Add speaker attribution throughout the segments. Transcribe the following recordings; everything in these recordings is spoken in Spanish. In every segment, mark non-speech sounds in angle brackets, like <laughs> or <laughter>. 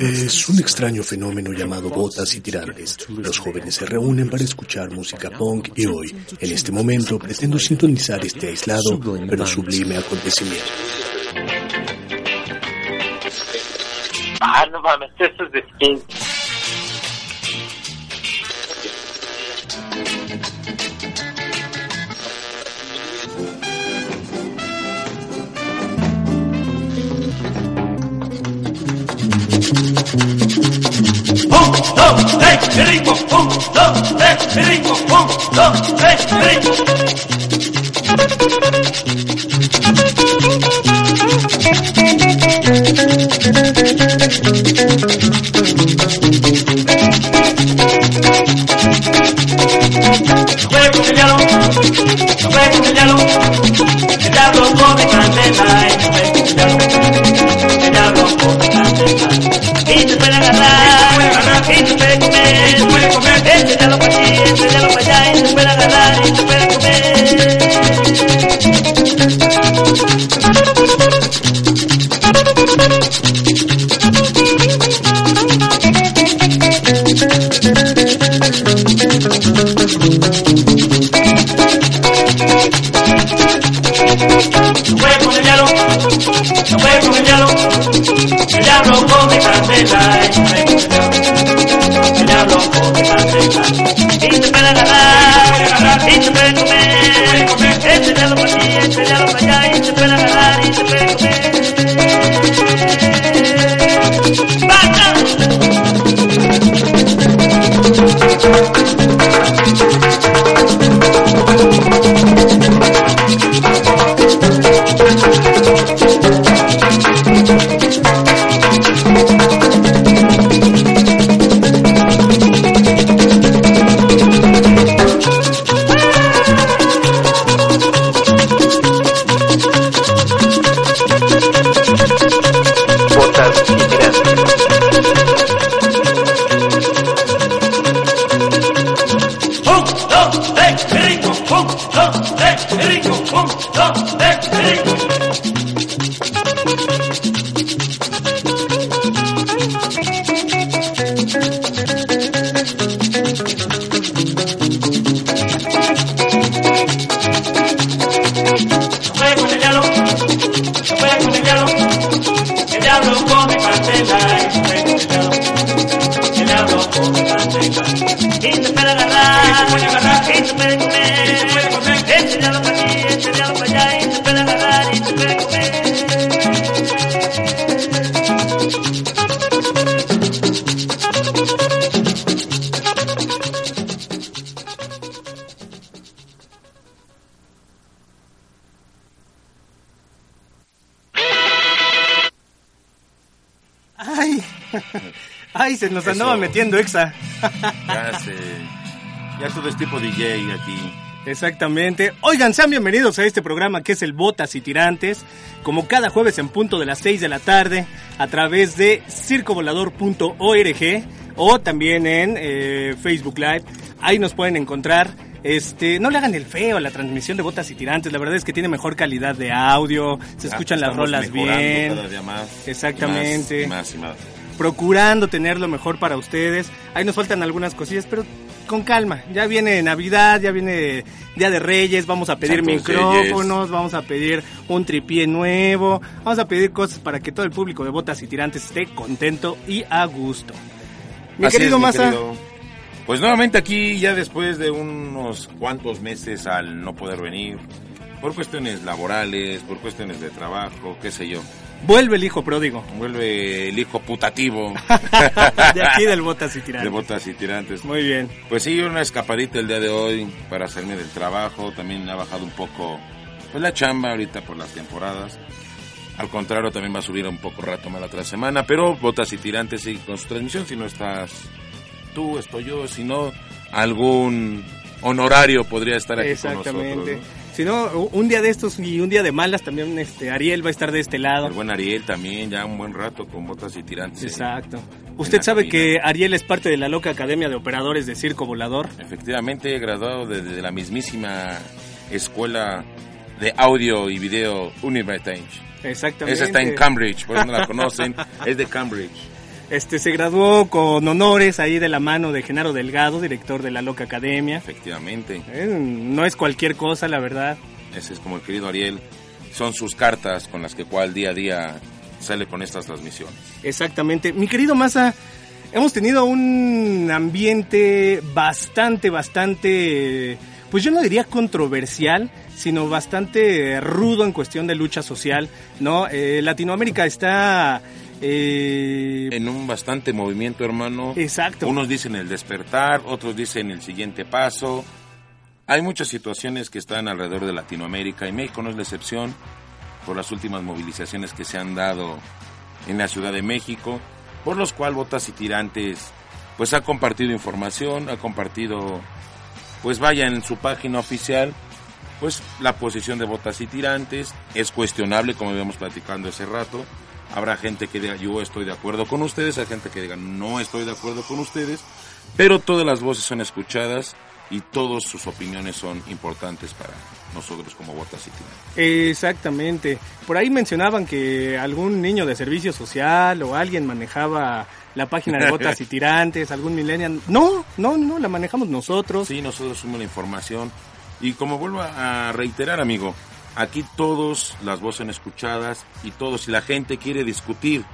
Speaker 1: Es un extraño fenómeno llamado botas y tirantes. Los jóvenes se reúnen para escuchar música punk y hoy, en este momento, pretendo sintonizar este aislado pero sublime acontecimiento.
Speaker 2: Ah,
Speaker 3: <laughs>
Speaker 2: no mames, eso es de skin.
Speaker 4: Un, dos, tres, gringo. Un, dos, tres, gringo. Un, dos, tres, gringo. Jugué con el diablo, jugué con el diablo, el diablo come candela, y jugué con el diablo, el diablo come candela. Y te suele agarrar, y te suele comer, este diablo pa' aquí, este diablo pa' allá, y te suele agarrar, y te suele comer. Jugué con el diablo, jugué con el diablo, el diablo come candela, y jugué con el diablo. El diablo come candela. Y te puede agarrar, y te puede comer. Este diablo pa' aquí, este diablo pa' allá, y te puede agarrar, y te puede comer. ¡Basta!
Speaker 2: Botas y tirantes.
Speaker 4: Un, dos, tres, gringo. Un, dos, tres, gringo. Un, dos, tres, gringo. Juega con el diablo, juega con el diablo, el diablo come candela, juega con el diablo, el diablo come candela. Y se puede agarrar, y se puede comer, este diablo para aquí, este diablo para allá, y se puede agarrar, y se puede comer.
Speaker 5: <laughs>
Speaker 6: ¡Ay! ¡Ay! Se nos
Speaker 5: Eso.
Speaker 6: andaba metiendo exa.
Speaker 5: Ya sé. Ya todo es tipo DJ aquí.
Speaker 6: Exactamente. Oigan, sean bienvenidos a este programa que es el Botas y Tirantes, como cada jueves en punto de las 6 de la tarde, a través de circovolador.org o también en eh, Facebook Live. Ahí nos pueden encontrar. Este, no le hagan el feo a la transmisión de Botas y Tirantes, la verdad es que tiene mejor calidad de audio, se escuchan las
Speaker 5: pues Estamos
Speaker 6: rolas
Speaker 5: mejorando
Speaker 6: bien.
Speaker 5: Cada día más.
Speaker 6: Exactamente.
Speaker 5: Y más y más. y más.
Speaker 6: procurando tener lo mejor para ustedes. Ahí nos faltan algunas cosillas, pero con calma. Ya viene Navidad, ya viene Día de Reyes, vamos a pedir
Speaker 5: Santos
Speaker 6: micrófonos, vamos a pedir un tripié nuevo, vamos a pedir cosas para que todo el público de botas y tirantes esté contento y a gusto. Mi
Speaker 5: Así
Speaker 6: querido
Speaker 5: es, mi
Speaker 6: Massa,
Speaker 5: querido. Pues nuevamente aquí, ya después de unos cuantos meses al no poder venir, por cuestiones laborales, por cuestiones de trabajo, qué sé yo.
Speaker 6: vuelve el hijo pródigo
Speaker 5: Vuelve el hijo
Speaker 6: <laughs>
Speaker 5: putativo
Speaker 6: de aquí del botas y
Speaker 5: <laughs> de
Speaker 6: tirantes.
Speaker 5: botas y tirantes.
Speaker 6: Muy bien.
Speaker 5: Pues sí, una escapadita el día de hoy para hacerme del trabajo. También ha bajado un poco pues, la chamba ahorita por las temporadas. Al contrario, también va a subir un poco rato más la otra semana. Pero botas y tirantes y con su transmisión. Si no estás tú, estoy yo. Si no, algún honorario podría estar aquí con nosotros.
Speaker 6: Exactamente.
Speaker 5: ¿no?
Speaker 6: Si no, un día de estos y un día de malas también este Ariel va a estar de este lado.
Speaker 5: El buen Ariel también, ya un buen rato con botas y tirantes. ¿eh?
Speaker 6: Exacto.
Speaker 5: la
Speaker 6: Usted sabe
Speaker 5: cabina.
Speaker 6: que Ariel es parte de la loca academia de operadores de circo volador.
Speaker 5: Efectivamente, graduado desde la mismísima escuela de audio y video Univertage.
Speaker 6: Exactamente.
Speaker 5: Esa está en Cambridge, por eso no la conocen. es de Cambridge.
Speaker 6: Este se graduó con honores ahí de la mano de Genaro Delgado, director de la Loca Academia.
Speaker 5: Efectivamente.
Speaker 6: Eh, no es cualquier cosa, la verdad.
Speaker 5: Ese es como el querido Ariel. Son sus cartas con las que cual día a día sale con estas transmisiones.
Speaker 6: Exactamente. Mi querido Massa, hemos tenido un ambiente bastante, bastante, pues yo no diría controversial, sino bastante rudo en cuestión de lucha social, ¿no? Eh, Latinoamérica está... eh,
Speaker 5: En un bastante movimiento, hermano.
Speaker 6: Exacto.
Speaker 5: Unos dicen el despertar, otros dicen el siguiente paso. Hay muchas situaciones que están alrededor de Latinoamérica y México no es la excepción por las últimas movilizaciones que se han dado en la Ciudad de México, por los cual Botas y Tirantes pues ha compartido información, ha compartido pues vaya en su página oficial pues la posición de Botas y Tirantes es cuestionable como habíamos platicando hace rato. Habrá gente que diga yo estoy de acuerdo con ustedes, hay gente que diga no estoy de acuerdo con ustedes, pero todas las voces son escuchadas y todas sus opiniones son importantes para nosotros como Botas y Tirantes.
Speaker 6: Exactamente. Por ahí mencionaban que algún niño de servicio social o alguien manejaba la página de
Speaker 5: <laughs>
Speaker 6: botas y tirantes, algún millennial. No, no, no, la manejamos nosotros.
Speaker 5: Sí, nosotros somos la información. Y como vuelvo a reiterar, amigo, aquí todos las voces son escuchadas y todos, si la gente quiere discutir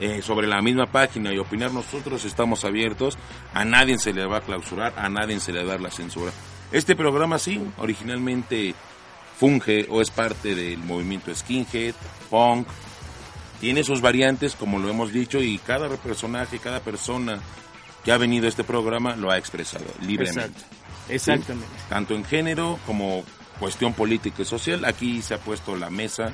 Speaker 5: eh, sobre la misma página y opinar, nosotros estamos abiertos. A nadie se le va a clausurar, a nadie se le va a dar la censura. Este programa sí, originalmente funge o es parte del movimiento skinhead, punk, tiene sus variantes, como lo hemos dicho, y cada personaje, cada persona que ha venido a este programa lo ha expresado libremente.
Speaker 6: Exacto. Exactamente.
Speaker 5: Tanto en género como cuestión política y social, aquí se ha puesto la mesa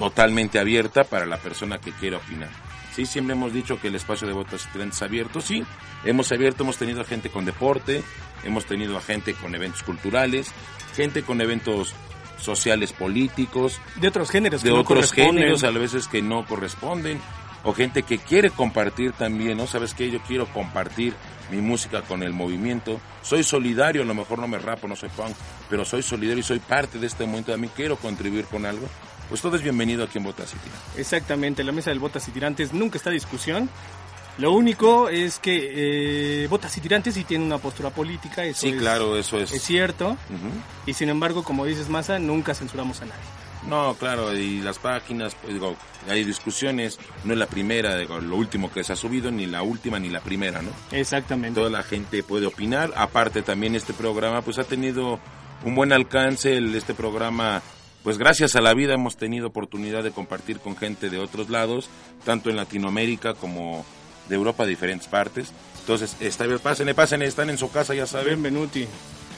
Speaker 5: totalmente abierta para la persona que quiera opinar. Sí, siempre hemos dicho que el espacio de botas y trenes es abierto, sí, hemos abierto, hemos tenido a gente con deporte, hemos tenido a gente con eventos culturales, gente con eventos sociales políticos,
Speaker 6: De otros géneros.
Speaker 5: de
Speaker 6: que no
Speaker 5: otros
Speaker 6: corresponden.
Speaker 5: géneros, a veces que no corresponden, o gente que quiere compartir también, ¿no? ¿Sabes qué? Yo quiero compartir mi música con el movimiento. Soy solidario, a lo mejor no me rapo, no soy punk, pero soy solidario y soy parte de este movimiento. También quiero contribuir con algo. Pues todo es bienvenido aquí en Botas y Tirantes.
Speaker 6: Exactamente, la mesa del botas y tirantes nunca está a discusión. Lo único es que eh, botas y tirantes sí tiene una postura política. Eso
Speaker 5: Sí,
Speaker 6: es-
Speaker 5: claro, eso es.
Speaker 6: Es cierto.
Speaker 5: Ujú.
Speaker 6: Y sin embargo, como dices, Massa, nunca censuramos a nadie.
Speaker 5: No, claro, y las páginas, pues, digo, hay discusiones, no es la primera, digo, lo último que se ha subido, ni la última ni la primera, ¿no?
Speaker 6: Exactamente.
Speaker 5: toda la gente puede opinar. Aparte también este programa pues ha tenido un buen alcance, el- este programa pues gracias a la vida hemos tenido oportunidad de compartir con gente de otros lados, tanto en Latinoamérica como de Europa, de diferentes partes. Entonces, esta vez pásenle, pásenle, están en su casa, ya saben.
Speaker 6: Benvenuti.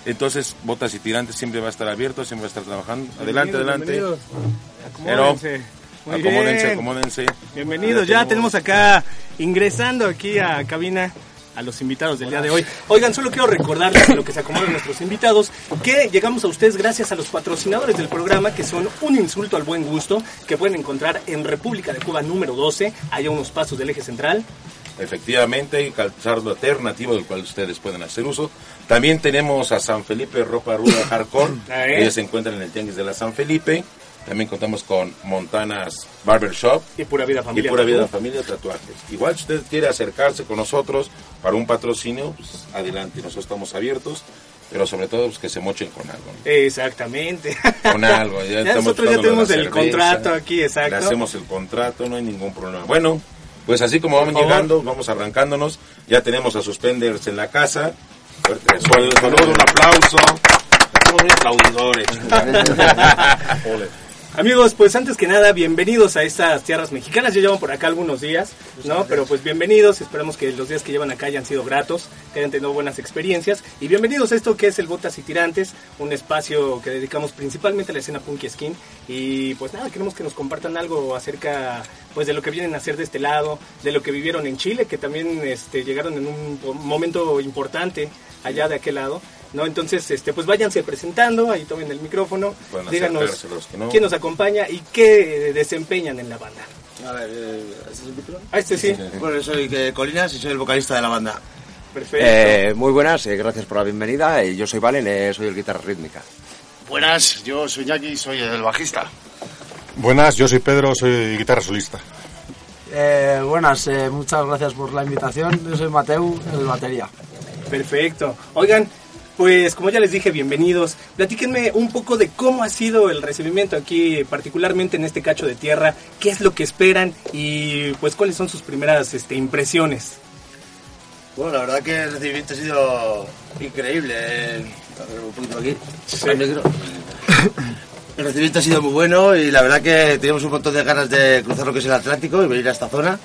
Speaker 5: Entonces, botas y tirantes siempre va a estar abierto, siempre va a estar trabajando. Adelante, adelante.
Speaker 6: Bienvenidos, bienvenidos. Acomódense. Muy
Speaker 5: acomódense,
Speaker 6: bien.
Speaker 5: acomódense.
Speaker 6: Bienvenidos, ya tenemos acá ingresando aquí a cabina a los invitados del día de hoy. Oigan, solo quiero recordarles de lo que se acomodan nuestros invitados, que llegamos a ustedes gracias a los patrocinadores del programa, que son Un Insulto al Buen Gusto, que pueden encontrar en República de Cuba número 12, allá a unos pasos del eje central.
Speaker 5: Efectivamente, hay calzado alternativo del cual ustedes pueden hacer uso. También tenemos a San Felipe Ropa
Speaker 6: <coughs>
Speaker 5: Ruda Hardcore.
Speaker 6: Ah, ¿eh?
Speaker 5: Ellos se encuentran en el Tianguis de la San Felipe. También contamos con Montanas Barbershop
Speaker 6: Y pura vida familia.
Speaker 5: y Pura Vida
Speaker 6: ¿no?
Speaker 5: Familia Tatuajes. Igual si usted quiere acercarse con nosotros para un patrocinio, pues adelante, nosotros estamos abiertos. Pero sobre todo pues, que se mochen con algo. ¿no?
Speaker 6: Exactamente. <laughs>
Speaker 5: Con algo. Ya,
Speaker 6: Ya
Speaker 5: estamos
Speaker 6: nosotros ya
Speaker 5: buscando
Speaker 6: tenemos
Speaker 5: la
Speaker 6: el
Speaker 5: cerveza,
Speaker 6: contrato aquí,
Speaker 5: Le
Speaker 6: exacto.
Speaker 5: hacemos el contrato, no hay ningún problema. Bueno, pues así como vamos
Speaker 6: favor.
Speaker 5: llegando, vamos arrancándonos. Ya tenemos a Suspenders en la casa. Fuerte suel- saludo, un aplauso. Somos muy aplaudidores. <laughs> Ole.
Speaker 6: Amigos, pues antes que nada, bienvenidos a estas tierras mexicanas. Ya llevan por acá algunos días, ¿no? Pero pues bienvenidos. Esperamos que los días que llevan acá hayan sido gratos, que hayan tenido buenas experiencias. Y bienvenidos a esto que es el Botas y Tirantes, un espacio que dedicamos principalmente a la escena punk y skin. Y pues nada, queremos que nos compartan algo acerca pues de lo que vienen a hacer de este lado, de lo que vivieron en Chile, que también este, llegaron en un po- momento importante allá de aquel lado. ¿No? Entonces, este, pues váyanse presentando, ahí tomen el micrófono,
Speaker 5: Pueden
Speaker 6: díganos
Speaker 5: acercarse los que no.
Speaker 6: quién nos acompaña y qué eh, desempeñan en la banda.
Speaker 7: A ver, eh, ¿este es el título?
Speaker 6: Ah, este sí.
Speaker 7: Bueno, yo soy eh, Colinas y soy el vocalista de la banda.
Speaker 6: Perfecto.
Speaker 7: eh,
Speaker 8: Eh, muy buenas, eh, gracias por la bienvenida. Eh, Yo soy Valen, eh, soy el guitarra rítmica. Buenas, yo soy Iñaki, soy el bajista.
Speaker 9: Buenas, yo soy Pedro, soy guitarra solista.
Speaker 10: Eh, buenas, eh, muchas gracias por la invitación. Yo soy Mateu, el batería.
Speaker 6: Perfecto. Oigan, pues como ya les dije, bienvenidos. Platíquenme un poco de cómo ha sido el recibimiento aquí, particularmente en este cacho de tierra, qué es lo que esperan y pues cuáles son sus primeras este, impresiones.
Speaker 7: Bueno, la verdad que el recibimiento ha sido increíble. eh. A ver, un poquito aquí. Al micro. El recibimiento ha sido muy bueno y la verdad que teníamos un montón de ganas de cruzar lo que es el Atlántico y venir a esta zona.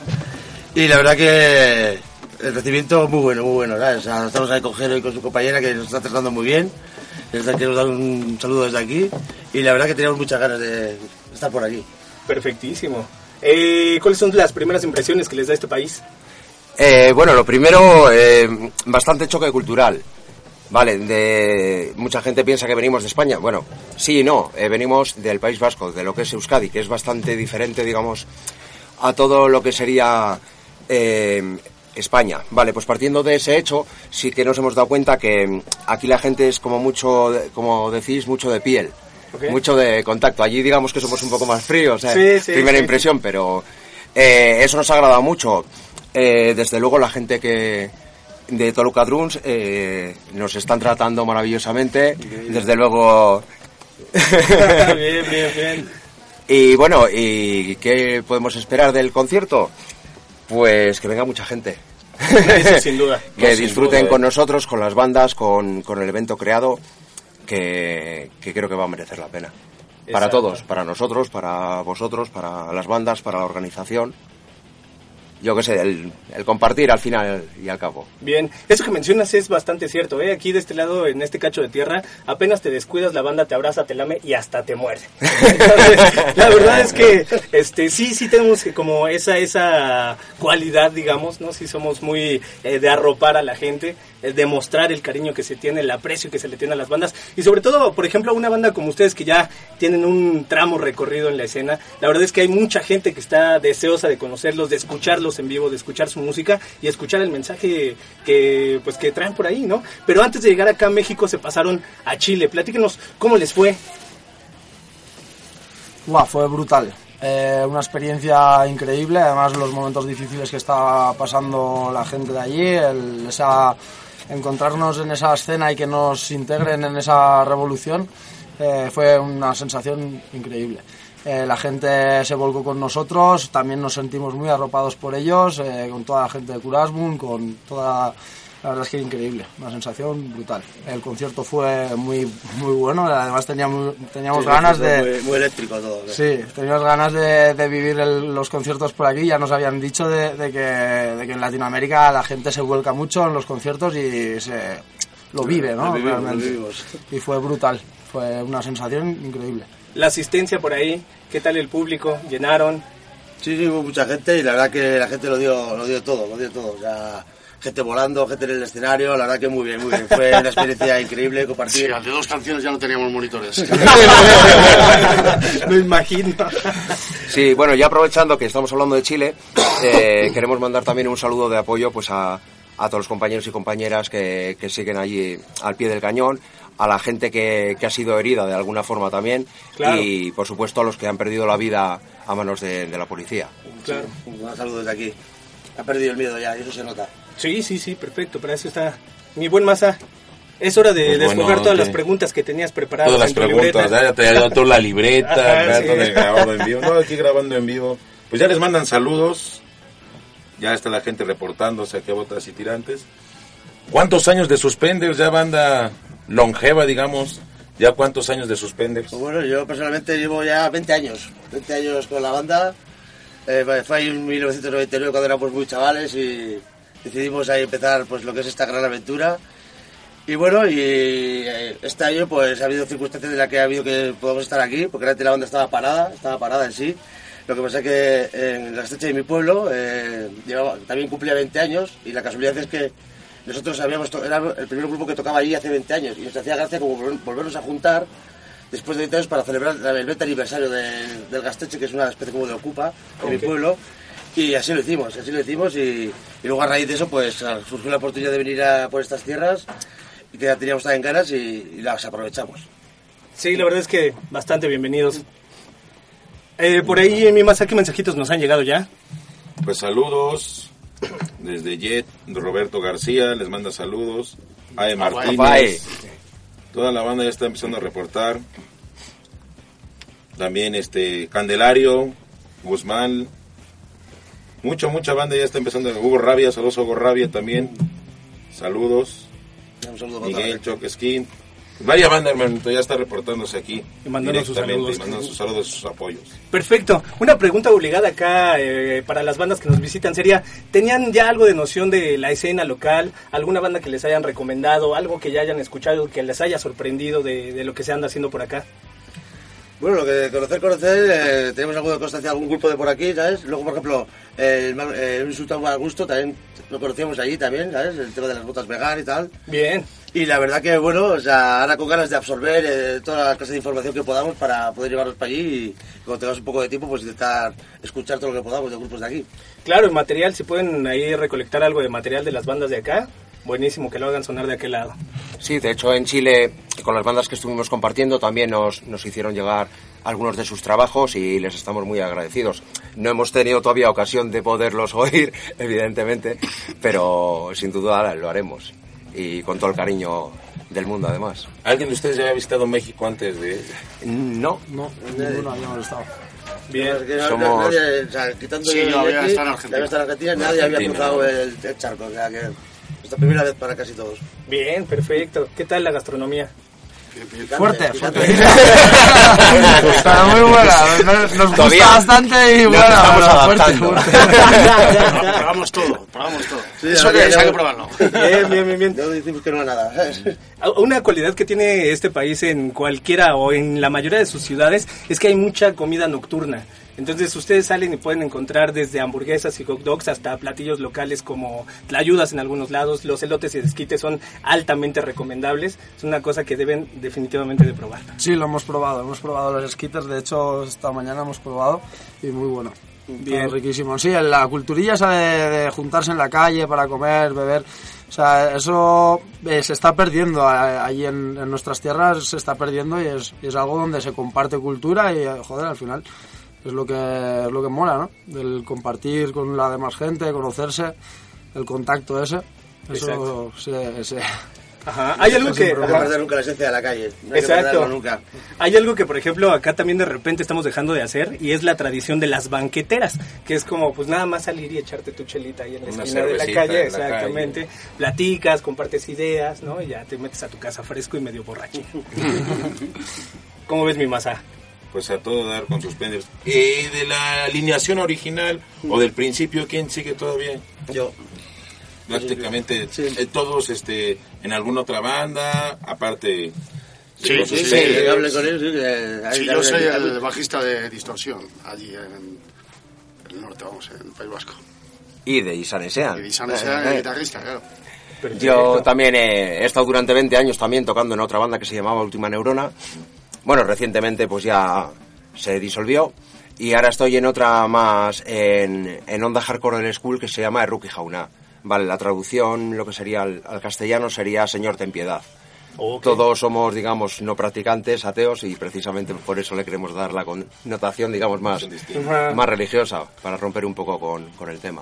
Speaker 7: Y la verdad que el recibimiento muy bueno, muy bueno. ¿verdad? O sea, estamos ahí con Jero y con su compañera que nos está tratando muy bien. Desde aquí nos dan un saludo desde aquí. Y la verdad que teníamos muchas ganas de estar por aquí.
Speaker 6: Perfectísimo. Eh, ¿Cuáles son las primeras impresiones que les da este
Speaker 7: <laughs>
Speaker 6: país?
Speaker 11: Eh, bueno, lo primero, eh, bastante choque cultural. Vale, de, mucha gente piensa que venimos de España. Bueno, sí y no, eh, venimos del País Vasco, de lo que es Euskadi, que es bastante diferente, digamos, a todo lo que sería eh, España. Vale, pues partiendo de ese hecho, sí que nos hemos dado cuenta que mm, aquí la gente es como mucho, de- como decís, mucho de piel,
Speaker 6: Ok.
Speaker 11: mucho de contacto. Allí digamos que somos un poco más fríos, ¿eh?
Speaker 6: Sí, sí,
Speaker 11: primera
Speaker 6: sí,
Speaker 11: impresión, pero eh, eso nos ha agradado mucho. Eh, desde luego la gente que de Toluca Drums eh, nos están tratando maravillosamente. Desde luego
Speaker 6: bien, bien, bien.
Speaker 11: y bueno, ¿y qué podemos esperar del concierto? Pues que venga mucha gente.
Speaker 6: <laughs> Eso sin duda.
Speaker 11: que
Speaker 5: No, sin
Speaker 11: disfruten
Speaker 5: duda, eh.
Speaker 11: con nosotros, con las bandas, con, con el evento creado, que, que creo que va a merecer la pena. Para
Speaker 6: Exacto.
Speaker 11: todos, para nosotros, para vosotros, para las bandas, para la organización. Yo qué sé, el, el compartir al final y al cabo.
Speaker 6: Bien, eso que mencionas es bastante cierto, ¿eh? Aquí de este lado, en este cacho de tierra, apenas te descuidas, la banda te abraza, te lame y hasta te muerde. Entonces, la verdad es que este, sí, sí tenemos que como esa, esa cualidad, digamos, ¿no? Sí somos muy eh, de arropar a la gente, eh, de mostrar el cariño que se tiene, el aprecio que se le tiene a las bandas. Y sobre todo, por ejemplo, a una banda como ustedes que ya tienen un tramo recorrido en la escena, la verdad es que hay mucha gente que está deseosa de conocerlos, de escucharlos en vivo, de escuchar su música y escuchar el mensaje que pues que traen por ahí, ¿no? Pero antes de llegar acá a México se pasaron a Chile. Platíquenos cómo les fue.
Speaker 10: Buah, fue brutal. Eh, una experiencia increíble, además los momentos difíciles que está pasando la gente de allí, el- esa, encontrarnos en esa escena y que nos integren en esa revolución, eh, fue una sensación increíble. Eh, la gente se volcó con nosotros, también nos sentimos muy arropados por ellos, eh, con toda la gente de Curasmun, con toda... La verdad es que increíble, una sensación brutal. El concierto fue muy, muy bueno, además teníamos, teníamos ganas de...
Speaker 7: Muy, muy eléctrico todo. ¿no?
Speaker 10: Sí, teníamos ganas de, de vivir el- los conciertos por aquí. Ya nos habían dicho de, de que, de que en Latinoamérica la gente se vuelca mucho en los conciertos y se lo vive, ¿no?
Speaker 7: Lo vivimos, lo
Speaker 10: Realmente.
Speaker 7: vivimos.
Speaker 10: Y fue brutal, fue una sensación increíble.
Speaker 6: La asistencia por ahí, ¿qué tal el público? ¿Llenaron?
Speaker 7: Sí, sí, hubo mucha gente y la verdad que la gente lo dio, lo dio todo, lo dio todo. O sea, gente volando, gente en el escenario, la verdad que muy bien, muy bien. Fue una
Speaker 10: <laughs>
Speaker 7: experiencia increíble
Speaker 8: Sí,
Speaker 7: compartir.
Speaker 8: al de dos canciones ya no teníamos monitores.
Speaker 6: Lo imagino.
Speaker 11: Sí, bueno, ya aprovechando que estamos hablando de Chile, eh, queremos mandar también un saludo de apoyo pues a, a todos los compañeros y compañeras que, que siguen allí al pie del cañón, a la gente que, que ha sido herida de alguna forma también
Speaker 6: Claro.
Speaker 11: y, por supuesto, a los que han perdido la vida a manos de, de la policía.
Speaker 6: Claro.
Speaker 7: <laughs> Un saludo desde aquí. Ha perdido el miedo ya, y eso se nota.
Speaker 6: Sí, sí, sí, perfecto. Para eso está mi buen masa. Es hora de
Speaker 5: Pues bueno,
Speaker 6: desfogar todas
Speaker 5: ok.
Speaker 6: las preguntas que tenías preparadas.
Speaker 5: Todas las
Speaker 6: en tu
Speaker 5: preguntas,
Speaker 6: libreta.
Speaker 5: ya te ha dado toda la libreta,
Speaker 6: Ajá,
Speaker 5: el rato
Speaker 6: sí.
Speaker 5: de grabado
Speaker 6: <laughs>
Speaker 5: en vivo. No, aquí grabando en vivo. Pues ya les mandan saludos. Ya está la gente reportándose aquí a botas y tirantes. ¿Cuántos años de suspenders? Ya banda longeva, digamos. ¿Ya cuántos años de suspenders?
Speaker 7: Pues bueno, yo personalmente llevo ya 20 años, 20 años con la banda. Eh, fue ahí en 1999 cuando éramos muy chavales y decidimos ahí empezar pues lo que es esta gran aventura. Y bueno, y eh, este año pues ha habido circunstancias en las que ha habido que podamos estar aquí, porque antes la banda estaba parada, estaba parada en sí. Lo que pasa es que en la estrecha de mi pueblo eh, llevaba- también cumplía 20 años y la casualidad es que nosotros habíamos to- era el primer grupo que tocaba allí hace 20 años y nos hacía gracia como vol- volvernos a juntar después de 20 años para celebrar el 20 aniversario del, del Gasteche, que es una especie como de Ocupa en mi pueblo. Y así lo hicimos, así lo hicimos y, y luego a raíz de eso pues surgió
Speaker 5: ¿eh?
Speaker 7: la oportunidad de venir a por estas tierras y que ya teníamos tan ganas y, y las aprovechamos.
Speaker 6: Sí, la verdad es que bastante bienvenidos. Eh, por ahí, mi más, ¿qué mensajitos nos han llegado ya?
Speaker 5: Pues saludos desde Jet, Roberto García, les manda saludos. Ae Martínez.
Speaker 11: Aguay.
Speaker 5: Toda la banda ya está empezando a reportar. También este Candelario, Guzmán. Mucha, mucha banda ya está empezando. Hugo Rabia, saludos a Hugo Rabia también. Saludos.
Speaker 7: Un saludo para
Speaker 5: Miguel Choquesquín. Varias bandas, hermanito, ya está reportándose aquí.
Speaker 6: Y mandando sus
Speaker 5: directamente,
Speaker 6: saludos.
Speaker 5: y mandando sus saludos y sus apoyos.
Speaker 6: Perfecto. Una pregunta obligada acá eh, para las bandas que nos visitan sería, ¿tenían ya algo de noción de la escena local? ¿Alguna banda que les hayan recomendado? ¿Algo que ya hayan escuchado, que les haya sorprendido de, de lo que se anda haciendo por acá?
Speaker 7: Bueno, lo que conocer, conocer, eh, tenemos algo de constancia, algún grupo de por aquí, ¿sabes? Luego, por ejemplo, eh, el, mar- eh, un insulto a gusto, también lo conocíamos allí también, ¿sabes? El tema de las botas vegan y tal.
Speaker 6: Bien.
Speaker 7: Y la verdad que, bueno, o sea, ahora con ganas de absorber eh, toda la clase de información que podamos para poder llevarlos para allí y cuando tengamos un poco de tiempo, pues intentar escuchar todo lo que podamos de grupos de aquí.
Speaker 6: Claro, el material, si pueden ahí recolectar algo de material de las bandas de acá, buenísimo que lo hagan sonar de aquel lado.
Speaker 11: Sí, de hecho en Chile, con las bandas que estuvimos compartiendo, también nos, nos hicieron llegar algunos de sus trabajos y les estamos muy agradecidos. No hemos tenido todavía ocasión de poderlos <laughs> oír, evidentemente, pero sin duda lo haremos. Y con todo el cariño del mundo, además.
Speaker 5: ¿Alguien de ustedes ya había visitado México antes de...?
Speaker 11: No,
Speaker 10: No, ninguno habíamos estado.
Speaker 7: No, es que no-
Speaker 11: Somos-
Speaker 7: nadie, o sea, quitando
Speaker 8: Sí,
Speaker 7: el-
Speaker 8: no, había
Speaker 7: aquí,
Speaker 8: estado en
Speaker 7: ya
Speaker 8: Argentina.
Speaker 7: había estado en Argentina, nadie había
Speaker 5: Argentina,
Speaker 7: cruzado
Speaker 5: ¿no?
Speaker 7: el, el charco, o sea que es la primera vez para casi todos.
Speaker 6: Bien, perfecto. ¿Qué tal la gastronomía?
Speaker 10: Fuerte,
Speaker 7: Picante,
Speaker 8: <laughs>
Speaker 10: fuerte.
Speaker 7: picante.
Speaker 10: <laughs> Está muy buena. Nos, nos
Speaker 11: Todavía
Speaker 10: gusta bastante y
Speaker 11: nos
Speaker 10: bueno,
Speaker 11: estamos
Speaker 10: fuerte,
Speaker 11: adaptando.
Speaker 10: fuerte.
Speaker 8: Probamos todo, probamos todo.
Speaker 7: Sí,
Speaker 8: Eso
Speaker 7: la
Speaker 8: que
Speaker 7: verdad,
Speaker 8: es, hay
Speaker 7: la
Speaker 8: que
Speaker 7: verdad.
Speaker 8: probarlo.
Speaker 6: Bien, bien, bien, bien.
Speaker 7: No decimos que no a nada. ¿sabes?
Speaker 6: A- Una cualidad que tiene este país en cualquiera o en la mayoría de sus ciudades es que hay mucha comida nocturna. Entonces ustedes salen y pueden encontrar desde hamburguesas y hot dogs hasta platillos locales como tlayudas en algunos lados, los elotes y desquites son altamente recomendables, es una cosa que deben definitivamente de probar.
Speaker 10: Sí, lo hemos probado. Hemos probado los skitters. De hecho, esta mañana hemos probado y muy bueno.
Speaker 6: Bien.
Speaker 10: Todo riquísimo. Sí, la culturilla esa de, de juntarse en la calle para comer, beber. O sea, eso eh, se está perdiendo eh, allí en, en nuestras tierras, se está perdiendo y es, y es algo donde se comparte cultura y, eh, joder, al final es lo que, es lo que mola, ¿no? El compartir con la demás gente, conocerse, el contacto ese.
Speaker 6: Exacto.
Speaker 10: Eso se- se-
Speaker 6: Ajá. Hay algo
Speaker 10: Es un
Speaker 6: que...
Speaker 7: No hay que perder nunca la esencia de la calle. No hay que
Speaker 6: Exacto.
Speaker 7: perderlo nunca.
Speaker 6: Hay algo que, por ejemplo, acá también de repente estamos dejando de hacer y es la tradición de las banqueteras, que es como, pues nada más salir y echarte tu chelita ahí en la
Speaker 5: Una
Speaker 6: esquina de la
Speaker 5: cervecita
Speaker 6: calle,
Speaker 5: en la calle.
Speaker 6: exactamente. Platicas, compartes ideas, ¿no? Y ya te metes a tu casa fresco y medio
Speaker 5: <laughs>
Speaker 6: borracho. ¿Cómo ves mi masa?
Speaker 5: Pues a todo dar con sus pendrives. ¿Y de la alineación original o del principio, quién sigue todavía?
Speaker 7: Yo.
Speaker 5: Prácticamente
Speaker 7: Sí.
Speaker 5: eh, todos este, en alguna otra banda, aparte...
Speaker 8: Sí,
Speaker 5: con sus
Speaker 8: sí,
Speaker 7: Sí,
Speaker 8: sí.
Speaker 5: sellos.
Speaker 7: que hable con él. Sí, que ahí
Speaker 8: Sí,
Speaker 7: también-
Speaker 8: yo soy el bajista de Distorsión, allí en el norte, vamos, en el País Vasco.
Speaker 11: <laughs> Y de Isanesean.
Speaker 8: Y Disana
Speaker 7: Eh,
Speaker 8: es el guitarrista, claro.
Speaker 11: Yo también eh, he estado durante 20 años también tocando en otra banda que se llamaba Última Neurona. Bueno, recientemente pues ya se disolvió y ahora estoy en otra más en, en Onda Hardcore del School que se llama Erruki Jauna. Vale, la traducción, lo que sería al, al castellano sería Señor ten piedad. Todos somos, digamos, no practicantes, ateos y precisamente por eso le queremos dar la connotación, digamos, más,
Speaker 6: Ajá.
Speaker 11: más religiosa, para romper un poco con, con el tema.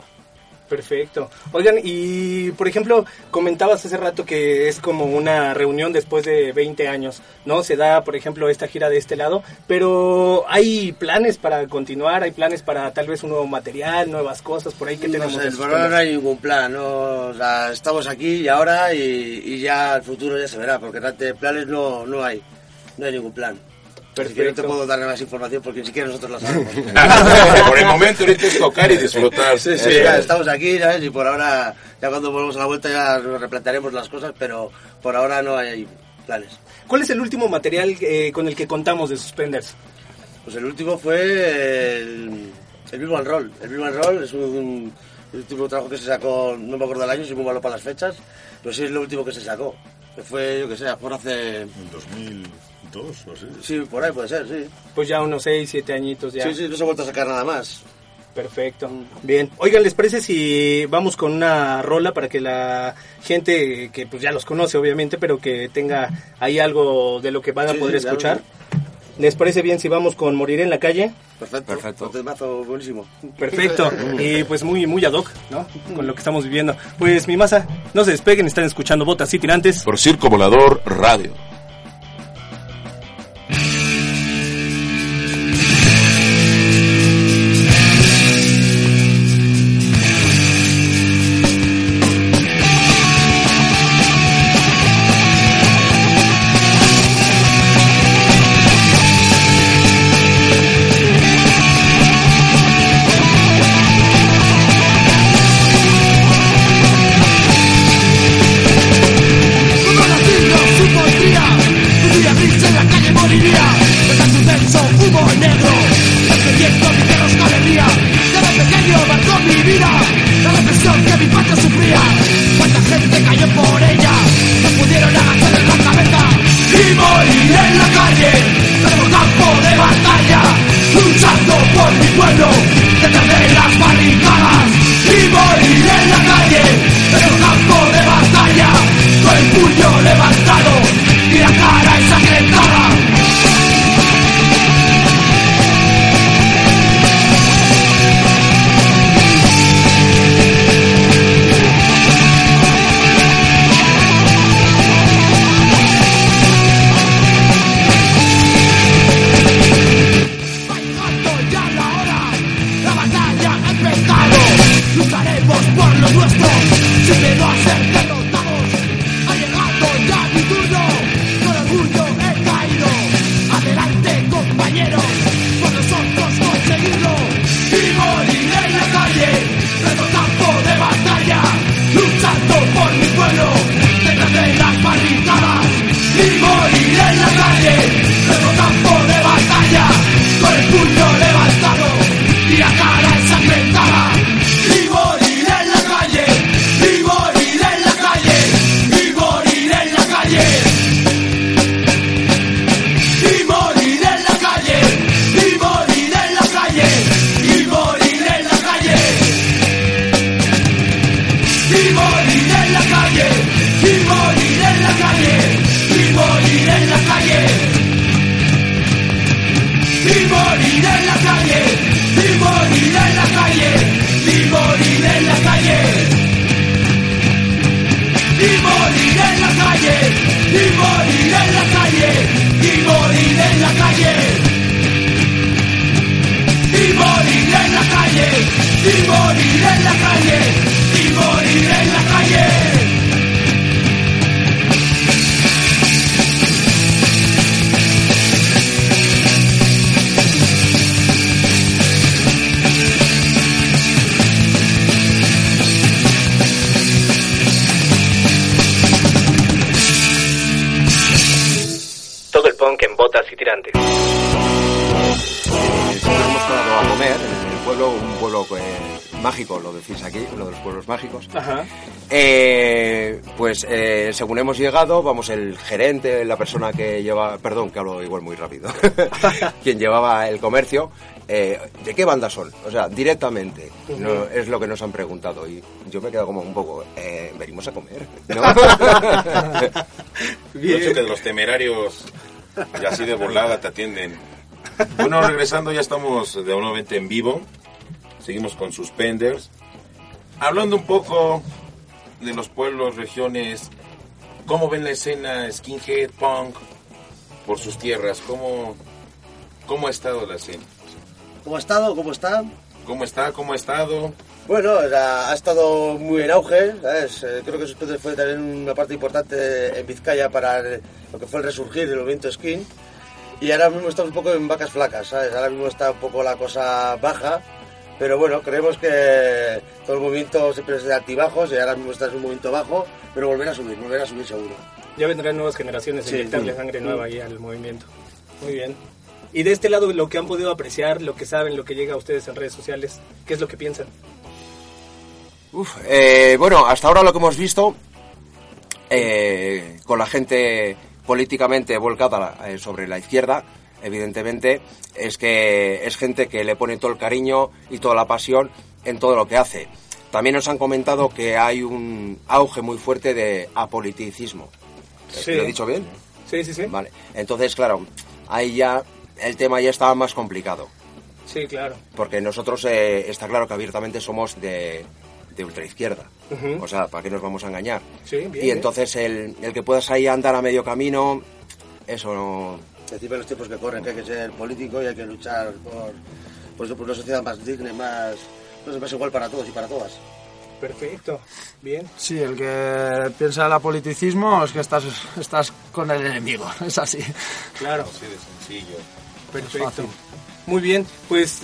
Speaker 6: Perfecto. Oigan, y por ejemplo, comentabas hace rato que es como una reunión después de 20 años, ¿no? Se da, por ejemplo, esta gira de este lado, pero ¿hay planes para continuar? ¿Hay planes para tal vez un nuevo material, nuevas cosas por ahí que
Speaker 7: No
Speaker 6: tenemos?
Speaker 7: sé,
Speaker 6: en sus
Speaker 7: por ahora no
Speaker 6: planes?
Speaker 7: hay ningún plan, ¿no? O sea, estamos aquí y ahora y, y ya el futuro ya se verá, porque realmente planes no, no hay, no hay ningún plan. Así que no te
Speaker 6: Perfecto.
Speaker 7: puedo dar más información porque ni siquiera nosotros la sabemos.
Speaker 5: <laughs> Por el momento ahorita es tocar y disfrutar. Este,
Speaker 7: Sí, sí,
Speaker 5: eh.
Speaker 7: ya estamos aquí, ¿sabes? Y por ahora, ya cuando volvamos a la vuelta ya nos replantearemos las cosas, pero por ahora no hay planes.
Speaker 6: ¿Cuál es el último material eh, con el que contamos de Suspenders?
Speaker 7: Pues el último fue el, el Vivo and Roll. El Vivo and Roll es un, el último trabajo que se sacó, no me acuerdo el año, soy muy malo para las fechas, pero sí es lo último que se sacó. Que fue, yo que sé, a lo mejor hace...
Speaker 3: En 2002 o así.
Speaker 7: Sí, por ahí puede ser, sí.
Speaker 6: Pues ya unos 6, 7 añitos ya.
Speaker 7: Sí, sí, no se ha vuelto a sacar nada más.
Speaker 6: Perfecto. Bien. Oigan, ¿les parece si vamos con una rola para que la gente que pues ya los conoce obviamente, pero que tenga ahí algo de lo que van a
Speaker 7: Sí,
Speaker 6: poder
Speaker 7: sí, claro.
Speaker 6: escuchar? ¿Les parece bien si vamos con Morir en la calle?
Speaker 7: Perfecto. Perfecto. Un temazo buenísimo.
Speaker 6: Perfecto. Y pues muy muy ad hoc, ¿no? Con lo que estamos viviendo. Pues mi masa, no se despeguen, están escuchando botas y tirantes.
Speaker 5: Por Circo Volador Radio.
Speaker 12: Un día gris en la calle moriría De tan intenso humo negro Experiencia mi perros con alegría Desde pequeño marcó mi vida La represión que mi patria sufría Cuánta gente cayó por ella No pudieron agachar en la cabeza Y morir en la calle Nuestro campo de batalla Luchando por mi pueblo Detrás de las barricadas Y morir en la calle Nuestro campo de batalla Con el puño levantado y la cara ensangrentada. La batalla ha empezado. Lucharemos por lo nuestro, sin miedo a ser derrotados. Ha llegado ya mi turno, con orgullo he caído. Adelante, compañeros, por nosotros conseguirlo. Y morir en la calle, nuestro campo de batalla. Luchando por mi pueblo, detrás de las barricadas. Y morir en la calle, nuestro campo de batalla. Con el puño levantado y la cara ensangrentada. Y morir en la calle, y morir en la calle, y morir en la calle. Y morir en la calle, y morir en la calle, y morir en la calle. Y morir en la calle, y morir en la calle, y morir en la calle y morir en la calle, y morir en la calle, y morir en la calle, y morir en la calle, y morir en la calle, y morir en la calle, y morir en la calle, y morir en la calle, y morir en la calle.
Speaker 3: Todo el punk en botas y tirantes.
Speaker 11: Eh, siempre hemos parado a comer en el pueblo, un pueblo eh, mágico, lo decís aquí, uno de los pueblos mágicos. Eh, pues eh, según hemos llegado, vamos el gerente, la persona que lleva, perdón, que hablo igual muy rápido, <laughs> quien llevaba el comercio, eh, ¿de qué banda son? O sea, directamente, no, es lo que nos han preguntado y yo me he quedado como un poco, eh, venimos a comer, ¿no?
Speaker 5: Bien. que los temerarios y así de volada te atienden. Bueno, regresando, ya estamos de nuevamente en vivo. Seguimos con Suspenders. Hablando un poco de los pueblos, regiones, ¿cómo ven la escena skinhead, punk, por sus tierras? ¿Cómo, cómo ha estado la escena?
Speaker 7: ¿Cómo ha estado? ¿Cómo está?
Speaker 5: ¿Cómo está? ¿Cómo ha estado?
Speaker 7: Bueno, o sea, ha estado muy en auge, ¿sabes? Eh, creo que Suspenders fue también una parte importante en Vizcaya para el- lo que fue el resurgir del movimiento skin. Y ahora mismo estamos un poco en vacas flacas, ¿sabes? Ahora mismo está un poco la cosa baja, pero bueno, creemos que todo el movimiento siempre es de altibajos y ahora mismo está en un movimiento bajo, pero volverá a subir, volverá a subir seguro.
Speaker 6: Ya vendrán nuevas generaciones
Speaker 7: Sí.
Speaker 6: a inyectarle sangre
Speaker 7: Mm.
Speaker 6: nueva ahí al movimiento. Muy bien. Y de este lado, lo que han podido apreciar, lo que saben, lo que llega a ustedes en redes sociales, ¿qué es lo que piensan?
Speaker 11: Uf, eh, bueno, hasta ahora lo que hemos visto eh, con la gente políticamente volcada eh, sobre la izquierda evidentemente, es que es gente que le pone todo el cariño y toda la pasión en todo lo que hace. También nos han comentado que hay un auge muy fuerte de apoliticismo. Eh,
Speaker 6: Sí.
Speaker 11: ¿Lo he dicho bien?
Speaker 6: Sí, sí, sí.
Speaker 11: Vale. Entonces, claro, ahí ya el tema ya estaba más complicado.
Speaker 6: Sí, claro.
Speaker 11: Porque nosotros eh, está claro que abiertamente somos de, de ultraizquierda.
Speaker 6: Ujú.
Speaker 11: O sea, ¿para qué nos vamos a engañar?
Speaker 6: Sí, bien,
Speaker 11: y
Speaker 6: bien.
Speaker 11: entonces el, el que puedas ahí andar a medio camino, eso no...
Speaker 7: Encima los tiempos que corren, que hay que ser político y hay que luchar por, pues, por una sociedad más digna y más, no sé, más igual para todos y para todas.
Speaker 6: Perfecto. Bien.
Speaker 10: Sí, el que piensa el apoliticismo es que estás, estás con el enemigo, <laughs> es así.
Speaker 6: Claro.
Speaker 5: Así de sencillo.
Speaker 6: Perfecto.
Speaker 10: fácil.
Speaker 6: Muy bien, pues